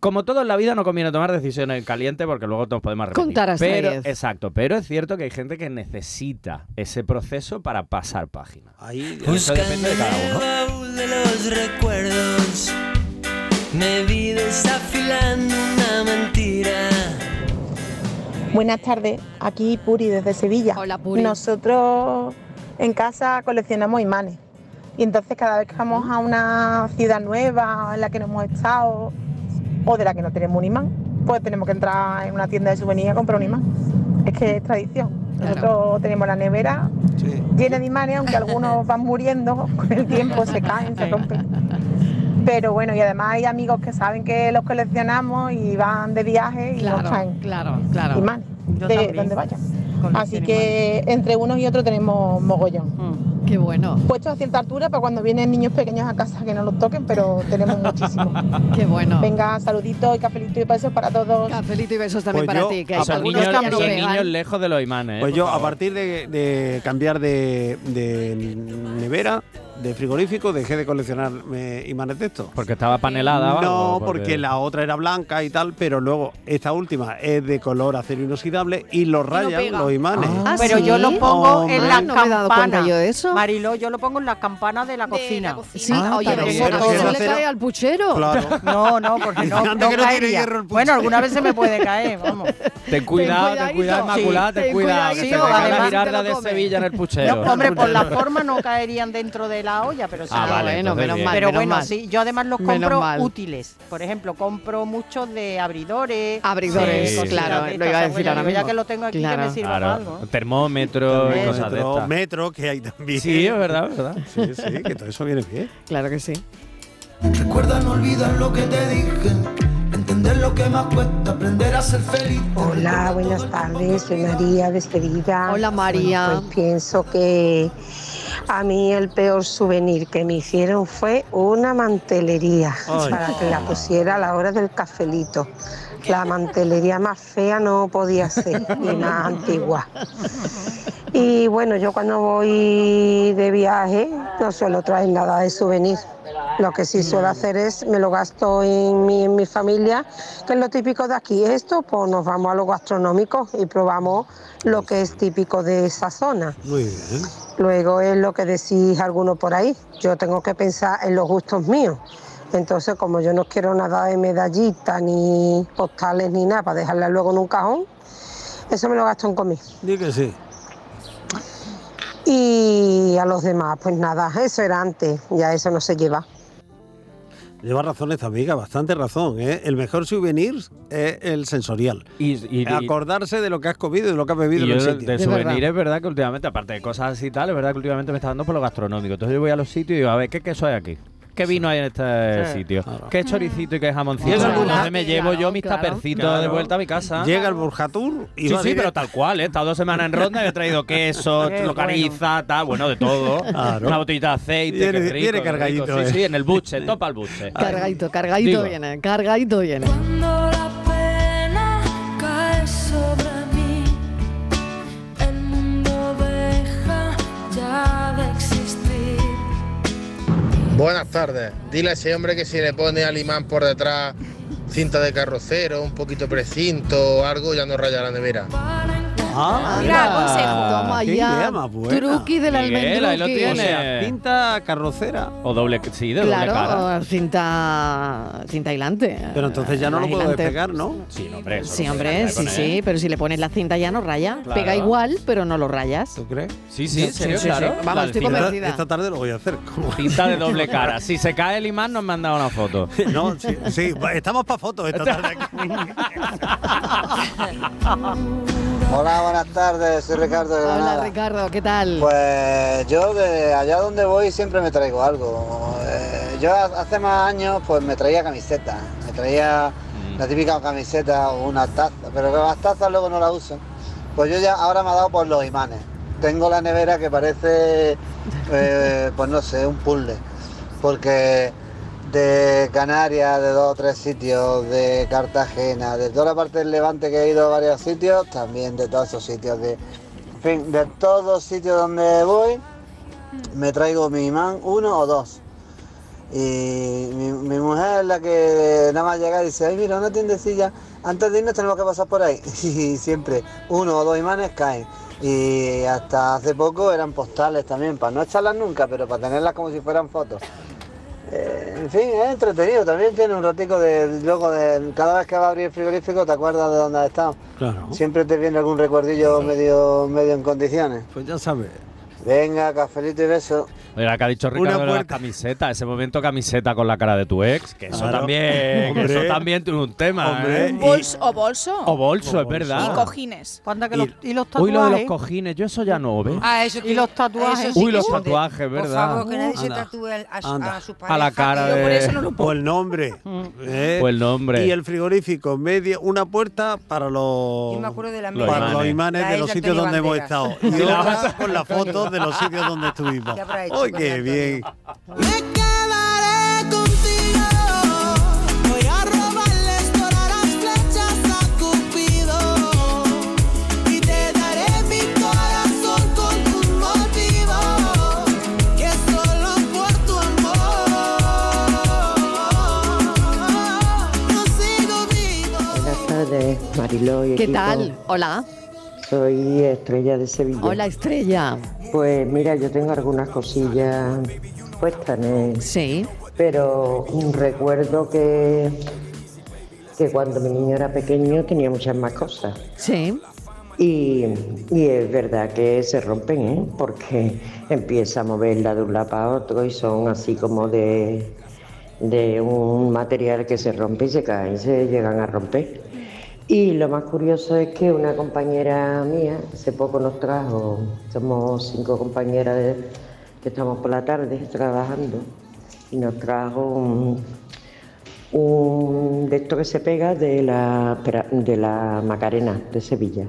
Como todo en la vida, no conviene tomar decisiones en caliente porque luego nos podemos arrepentir.
Contar hasta
pero,
diez.
Exacto, pero es cierto que hay gente que necesita ese proceso para pasar página.
Ahí,
y Pues eso depende de cada uno.
baúl de los recuerdos me vi desafilando una mentira.
Buenas tardes, aquí Puri desde Sevilla. Hola Puri. Nosotros en casa coleccionamos imanes y entonces cada vez que vamos a una ciudad nueva en la que no hemos estado o de la que no tenemos un imán, pues tenemos que entrar en una tienda de souvenirs a comprar un imán. Es que es tradición. Nosotros tenemos la nevera llena de imanes, aunque algunos van muriendo con el tiempo, se caen, se rompen. Pero bueno, y además hay amigos que saben que los coleccionamos y van de viaje y
Claro,
los traen.
Claro, claro.
Imanes,
Yo
de
también.
donde vayan. Así que entre unos y otros tenemos mogollón.
Mm, Qué bueno.
Puestos a cierta altura para cuando vienen niños pequeños a casa que no los toquen, pero tenemos muchísimo.
Qué bueno.
Venga, saluditos y cafelito y besos para todos.
Cafelito y besos también
Pues
para
yo,
ti. Que
a
hay
por-
Esos
algunos
niños,
que no
esos
pegan.
niños lejos de los imanes. ¿eh?
Pues
Por
yo, a
favor.
partir de, de cambiar de, de nevera, de frigorífico, dejé de coleccionar eh, imanes de estos.
Porque estaba panelada. o
No,
algo,
porque... la otra era blanca y tal, pero luego esta última es de color acero inoxidable y lo rayan
pega.
los imanes. Oh,
Ah,
Pero yo lo pongo en la
Ah, no me he dado
campana.
cuenta yo de eso.
Mariló, yo lo pongo en la campana de la cocina. Ah,
Sí, oye, pero ¿cómo no le cae al puchero?
Claro.
No, no, porque no,
Anda
no
que no tiene
caería.
hierro el
bueno, alguna vez se me puede caer, vamos.
Ten cuidado, ten
cuidadito.
cuidado, Inmaculada,
Sí,
ten
ten
cuidado. Que
cuidadito,
se te cae la
además te lo
girarda de
comes.
Sevilla en el puchero.
No, hombre, por la forma no caerían dentro de la olla, pero sí.
Ah, vale,
pero
entonces
bueno,
bien.
Pero
menos
bueno,
mal.
sí, yo además los
Menos
compro
mal.
útiles. Por ejemplo, compro muchos de abridores.
Abridores,
de cositas
claro,
de
lo iba a
estas,
decir
bueno,
ahora
digo, Ya
mismo.
que lo tengo aquí, que
Claro.
me sirva
Claro,
para algo. ¿eh?
termómetro y cosas de
Metro,
estas.
metro que hay también.
Sí, es verdad, es verdad.
Sí, sí, que todo eso viene bien.
Claro que sí.
Recuerda, no olvidas lo que te dije. Entender lo que más cuesta, aprender a ser feliz.
Hola, buenas tardes, soy María de Sevilla.
Hola, María.
Bueno, pues pienso que a mí el peor souvenir que me hicieron fue una mantelería
Ay.
para que la pusiera a Pues la hora del cafelito. La mantelería más fea no podía ser y más antigua. Y bueno, yo cuando voy de viaje no suelo traer nada de souvenir. Lo que sí suelo hacer es, me lo gasto en mi, en mi familia, que es lo típico de aquí. Esto, pues nos vamos a lo gastronómico y probamos lo que es típico de esa zona.
Muy bien.
Luego es lo que decís alguno por ahí. Yo tengo que pensar en los gustos míos. Entonces, como yo no quiero nada de medallita, ni postales, ni nada, para dejarla luego en un cajón, eso me lo gasto en comida.
Di que sí.
Y a los demás, pues nada, eso era antes, ya eso no se lleva.
Lleva razón esta amiga, bastante razón. ¿eh? El mejor souvenir es el sensorial.
Y, y-
Acordarse de lo que has comido y de lo que has bebido
Y
en el
yo de-
sitio.
de souvenir es verdad que últimamente, aparte de cosas así y tal, es verdad que últimamente me está dando por lo gastronómico. Entonces yo voy a los sitios y digo, a ver, ¿qué queso hay aquí? ¿Qué vino hay en este
Sí. Ah,
sitio? ¿Qué choricito y qué jamoncito?
Llega el
Entonces
burjati,
me llevo
claro,
yo mis
claro.
tapercitos de
Claro.
vuelta a mi casa.
Llega el Burjatur y
sí,
va
sí,
directo.
pero tal cual, ¿eh? he estado dos semanas en ronda y he traído queso,
Qué
localiza, tal, bueno, de todo.
Claro.
Una botellita de aceite,
Viene-
qué rico,
viene
qué rico.
cargadito,
Sí,
eh.
sí, en el buche, topa el buche.
Cargadito, cargadito
Digo.
viene, cargadito viene.
Cuando la pena cae sobre mí, el mundo deja ya de existir.
Buenas tardes. Dile a ese hombre que si le pone al imán por detrás cinta de carrocero, un poquito precinto o algo, ya no raya la nevera.
Ah,
Mira, consejo. Toma
qué
ya.
idea más buena.
Truqui del
Miguel, ahí lo
almendruqui.
tienes.
O sea,
Cinta carrocera.
O doble, sí, de doble cara.
Claro, o cinta, cinta aislante.
Pero entonces
ya no lo puedo
Aislante.
despegar, ¿no?
Sí, no, hombre. eso
Sí,
no se
hombre,
puede
sí,
poner.
sí, pero si le pones la cinta ya no raya.
Claro.
Pega igual, pero no lo rayas.
¿Tú crees?
Sí, sí, en serio,
sí,
claro.
sí. Vamos,
La
estoy
cinta-
convencida.
esta
tarde lo voy a hacer.
Cinta de doble cara. Si se cae el imán, nos manda una foto.
No, sí, estamos para fotos esta tarde.
Hola, buenas tardes, soy Ricardo de Granada.
Hola, Ricardo, ¿qué tal?
Pues yo de allá donde voy siempre me traigo algo. Eh, yo ha- hace más años pues me traía camiseta, me traía la típica camiseta o una taza, pero que las tazas luego no la uso. Pues yo ya ahora me ha dado por los imanes. Tengo la nevera que parece, eh, pues no sé, un puzzle, porque de Canarias, de dos o tres sitios, de Cartagena, de toda la parte del Levante que he ido a varios sitios, también de todos esos sitios de, en fin, de todos sitios donde voy, me traigo mi imán, uno o dos. Y mi, mi mujer es la que nada más llega y dice, ay mira, una tiendecilla, antes de irnos tenemos que pasar por ahí. Y siempre uno o dos imanes caen. Y hasta hace poco eran postales también, para no echarlas nunca, pero para tenerlas como si fueran fotos. Eh, en fin, es entretenido, también tiene un ratico de luego de cada vez que va a abrir el frigorífico te acuerdas de dónde has estado.
Claro.
Siempre te viene algún recuerdillo medio, medio en condiciones.
Pues ya sabes.
Venga, cafelito y beso.
Mira, que ha dicho
Una
Ricardo de la
puerta.
camiseta, ese momento camiseta con la cara de tu ex, que eso
Claro.
también, que eso
Hombre.
también tiene un tema.
Hombre.
¿eh?
Y-
Bols- o bolso.
O bolso, es
Y
verdad.
cojines.
que los-
y los
Uy, lo de los
tatuajes.
cojines, yo eso ya no, ¿ves?
Ah, eso
Y los tatuajes.
Uy, los tatuajes, ¿verdad?
Por favor, que nadie se
Anda.
tatúe al- a, su-
Anda.
a su
A la
pareja.
cara
Yo
de...
por eso no lo
O el nombre. ¿eh?
O Pues el nombre.
Y el frigorífico, medio, una puerta para los,
Yo me acuerdo de la
para
mía.
los imanes
La
de
es
los
de
sitios
Antonio
donde hemos estado.
Banderas.
Y
La
otra
otra
con las
Antonio.
fotos de los sitios donde estuvimos.
¿Qué habrá hecho
¡Ay,
con
qué
Antonio?
bien!
Voy a robarle todas las flechas a Cupido y te daré mi corazón con un motivo que es solo por tu amor. No sigo vivo.
Buenas tardes, Mariló y
¿Qué
equipo.
tal? Hola.
Soy Estrella de Sevilla.
Hola, Estrella.
Pues mira, yo tengo algunas cosillas puestas en el-
Sí.
Pero mm, recuerdo que, que cuando mi niño era pequeño tenía muchas más cosas.
Sí.
Y, y es verdad que se rompen, ¿eh? Porque empieza a moverla de un lado para otro y son así como de, de un material que se rompe y se caen, se llegan a romper. Y lo más curioso es que una compañera mía hace poco nos trajo, somos cinco compañeras de- que estamos por la tarde trabajando, y nos trajo un, un de esto que se pega de la, pera- de la Macarena de Sevilla.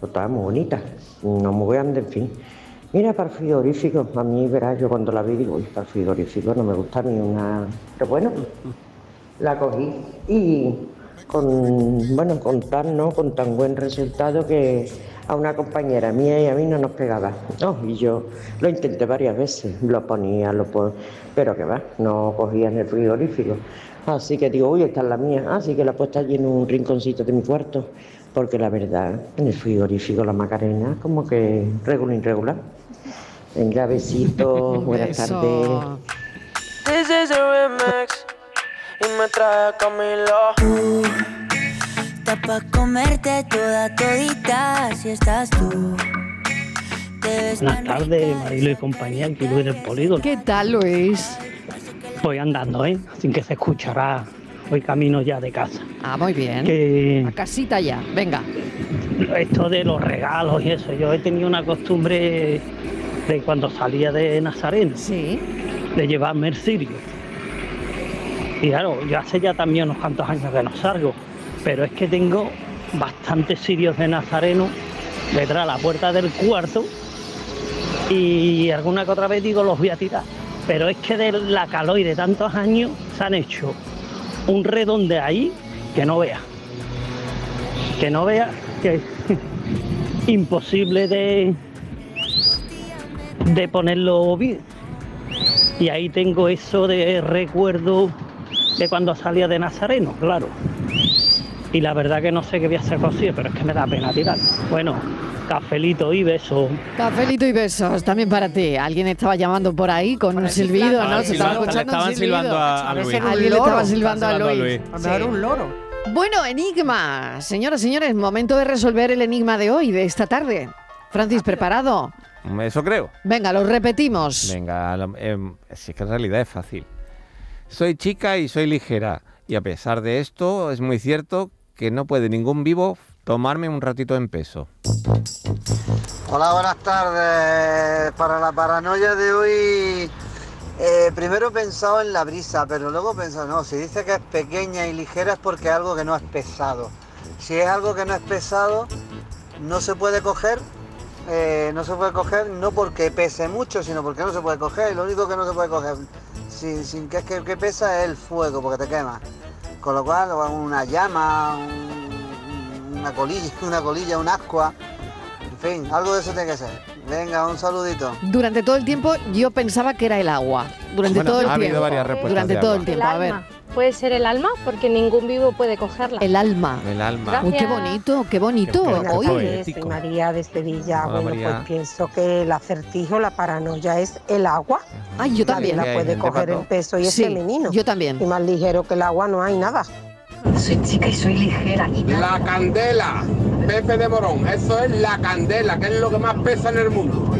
Pues estaba muy bonita, no muy grande, en fin. Mira, para el frigorífico, a mí verás, yo cuando la vi digo, uy, para el frigorífico no me gusta ni una... Pero bueno, la cogí y con, bueno, con tan, ¿no? con tan buen resultado que a una compañera mía y a mí no nos pegaba. No, y yo lo intenté varias veces, lo ponía, lo pon- pero que va, no cogía en el frigorífico. Así que digo, uy, esta es la mía, así que la he puesto allí en un rinconcito de mi cuarto, porque la verdad, en el frigorífico la Macarena, como que regular, irregular. Venga, besitos, buenas
Beso.
tardes.
This is a remix y me trae a Camilo.
Está pa' comerte toda todita si estás tú. Te ves
Buenas
tan
tardes, Marilo y compañía, aquí Luis del Polígono.
¿Qué tal, Luis?
Voy andando, ¿eh? Sin que se escuchará. Voy camino ya de casa.
Ah, muy bien.
Que
A casita ya, venga.
esto de los regalos y eso, yo he tenido una costumbre de cuando salía de Nazareno, de llevarme el cirio. Y claro, yo hace ya también unos cuantos años que no salgo, pero es que tengo bastantes cirios de Nazareno detrás de la puerta del cuarto y alguna que otra vez digo los voy a tirar. Pero es que de la calor y de tantos años se han hecho un redonde ahí que no vea. Que no vea que imposible de, de ponerlo bien. Y ahí tengo eso de recuerdo de cuando salía de Nazareno, claro. Y la verdad que no sé qué voy a hacer con sí, pero es que me da pena tirar. Bueno, Cafelito y beso.
Cafelito y besos también para ti. Alguien estaba llamando por ahí con un silbido,
silbato.
¿no?
Ah,
Se
silbato,
estaba
le
escuchando un
estaban
silbido.
silbando a- a
Alguien
Luis.
le
Estaban
estaba silbando a
silbando a
Luis.
Luis. A lo mejor un
loro. Bueno, enigma. Señoras, señores, momento de resolver el enigma de hoy, de esta tarde. Francis, ¿preparado?
Eso creo.
Venga, lo repetimos.
Venga, la- em, si es que en realidad es fácil. Soy chica y soy ligera. Y a pesar de esto, es muy cierto que no puede ningún vivo tomarme un ratito en peso.
Hola, buenas tardes. Para la paranoia de hoy, eh, primero he pensado en la brisa, pero luego he pensado, no, si dice que es pequeña y ligera es porque es algo que no es pesado. Si es algo que no es pesado, no se puede coger, eh, no se puede coger, no porque pese mucho, sino porque no se puede coger. Y lo único que no se puede coger sin, sin que, que, que pesa es el fuego, porque te quema. Con lo cual, una llama, un- una colilla, una colilla, un ascua, en fin, algo de eso tiene que ser. Venga, un saludito.
Durante todo el tiempo yo pensaba que era el agua. Durante
Bueno,
todo el
ha habido
tiempo.
varias respuestas
Durante
de
todo
agua.
el tiempo, a ver.
Puede ser el alma, porque ningún vivo puede cogerla.
El alma.
El alma.
Uy, qué bonito, qué bonito. Hoy.
poético.
soy María de Sevilla.
Hola,
bueno,
María.
pues pienso que el acertijo, la paranoia es el agua.
Ay, yo
Nadie
también.
La
Hay
puede
gente
coger
pato.
en peso y es
Sí,
femenino.
Yo también.
Y más ligero que el agua no hay nada.
Soy chica y soy ligera. La candela, Pepe de Morón, eso es la candela, que es lo que más pesa en el mundo.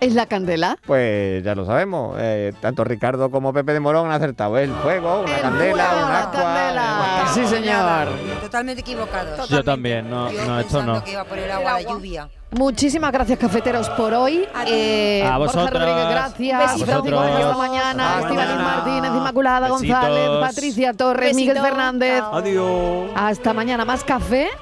¿Es la candela?
Pues ya lo sabemos. eh, tanto Ricardo como Pepe de Morón han acertado. El fuego, una candela,
fuego,
un
la
agua.
Ah, sí, señor.
Totalmente equivocados.
Yo también, no,
no,
esto no.
Que iba por el agua, la lluvia.
Muchísimas gracias, cafeteros, por hoy. Eh,
A
Borja
vosotros.
Rodríguez,
A
gracias.
vosotros.
Francisco Borja, hasta
Hasta
mañana. Estivaliz
mañana.
Martínez, Inmaculada
Besitos.
González, Patricia Torres, Miguel
Besitos.
Fernández.
Adiós.
Hasta mañana. ¿Más café?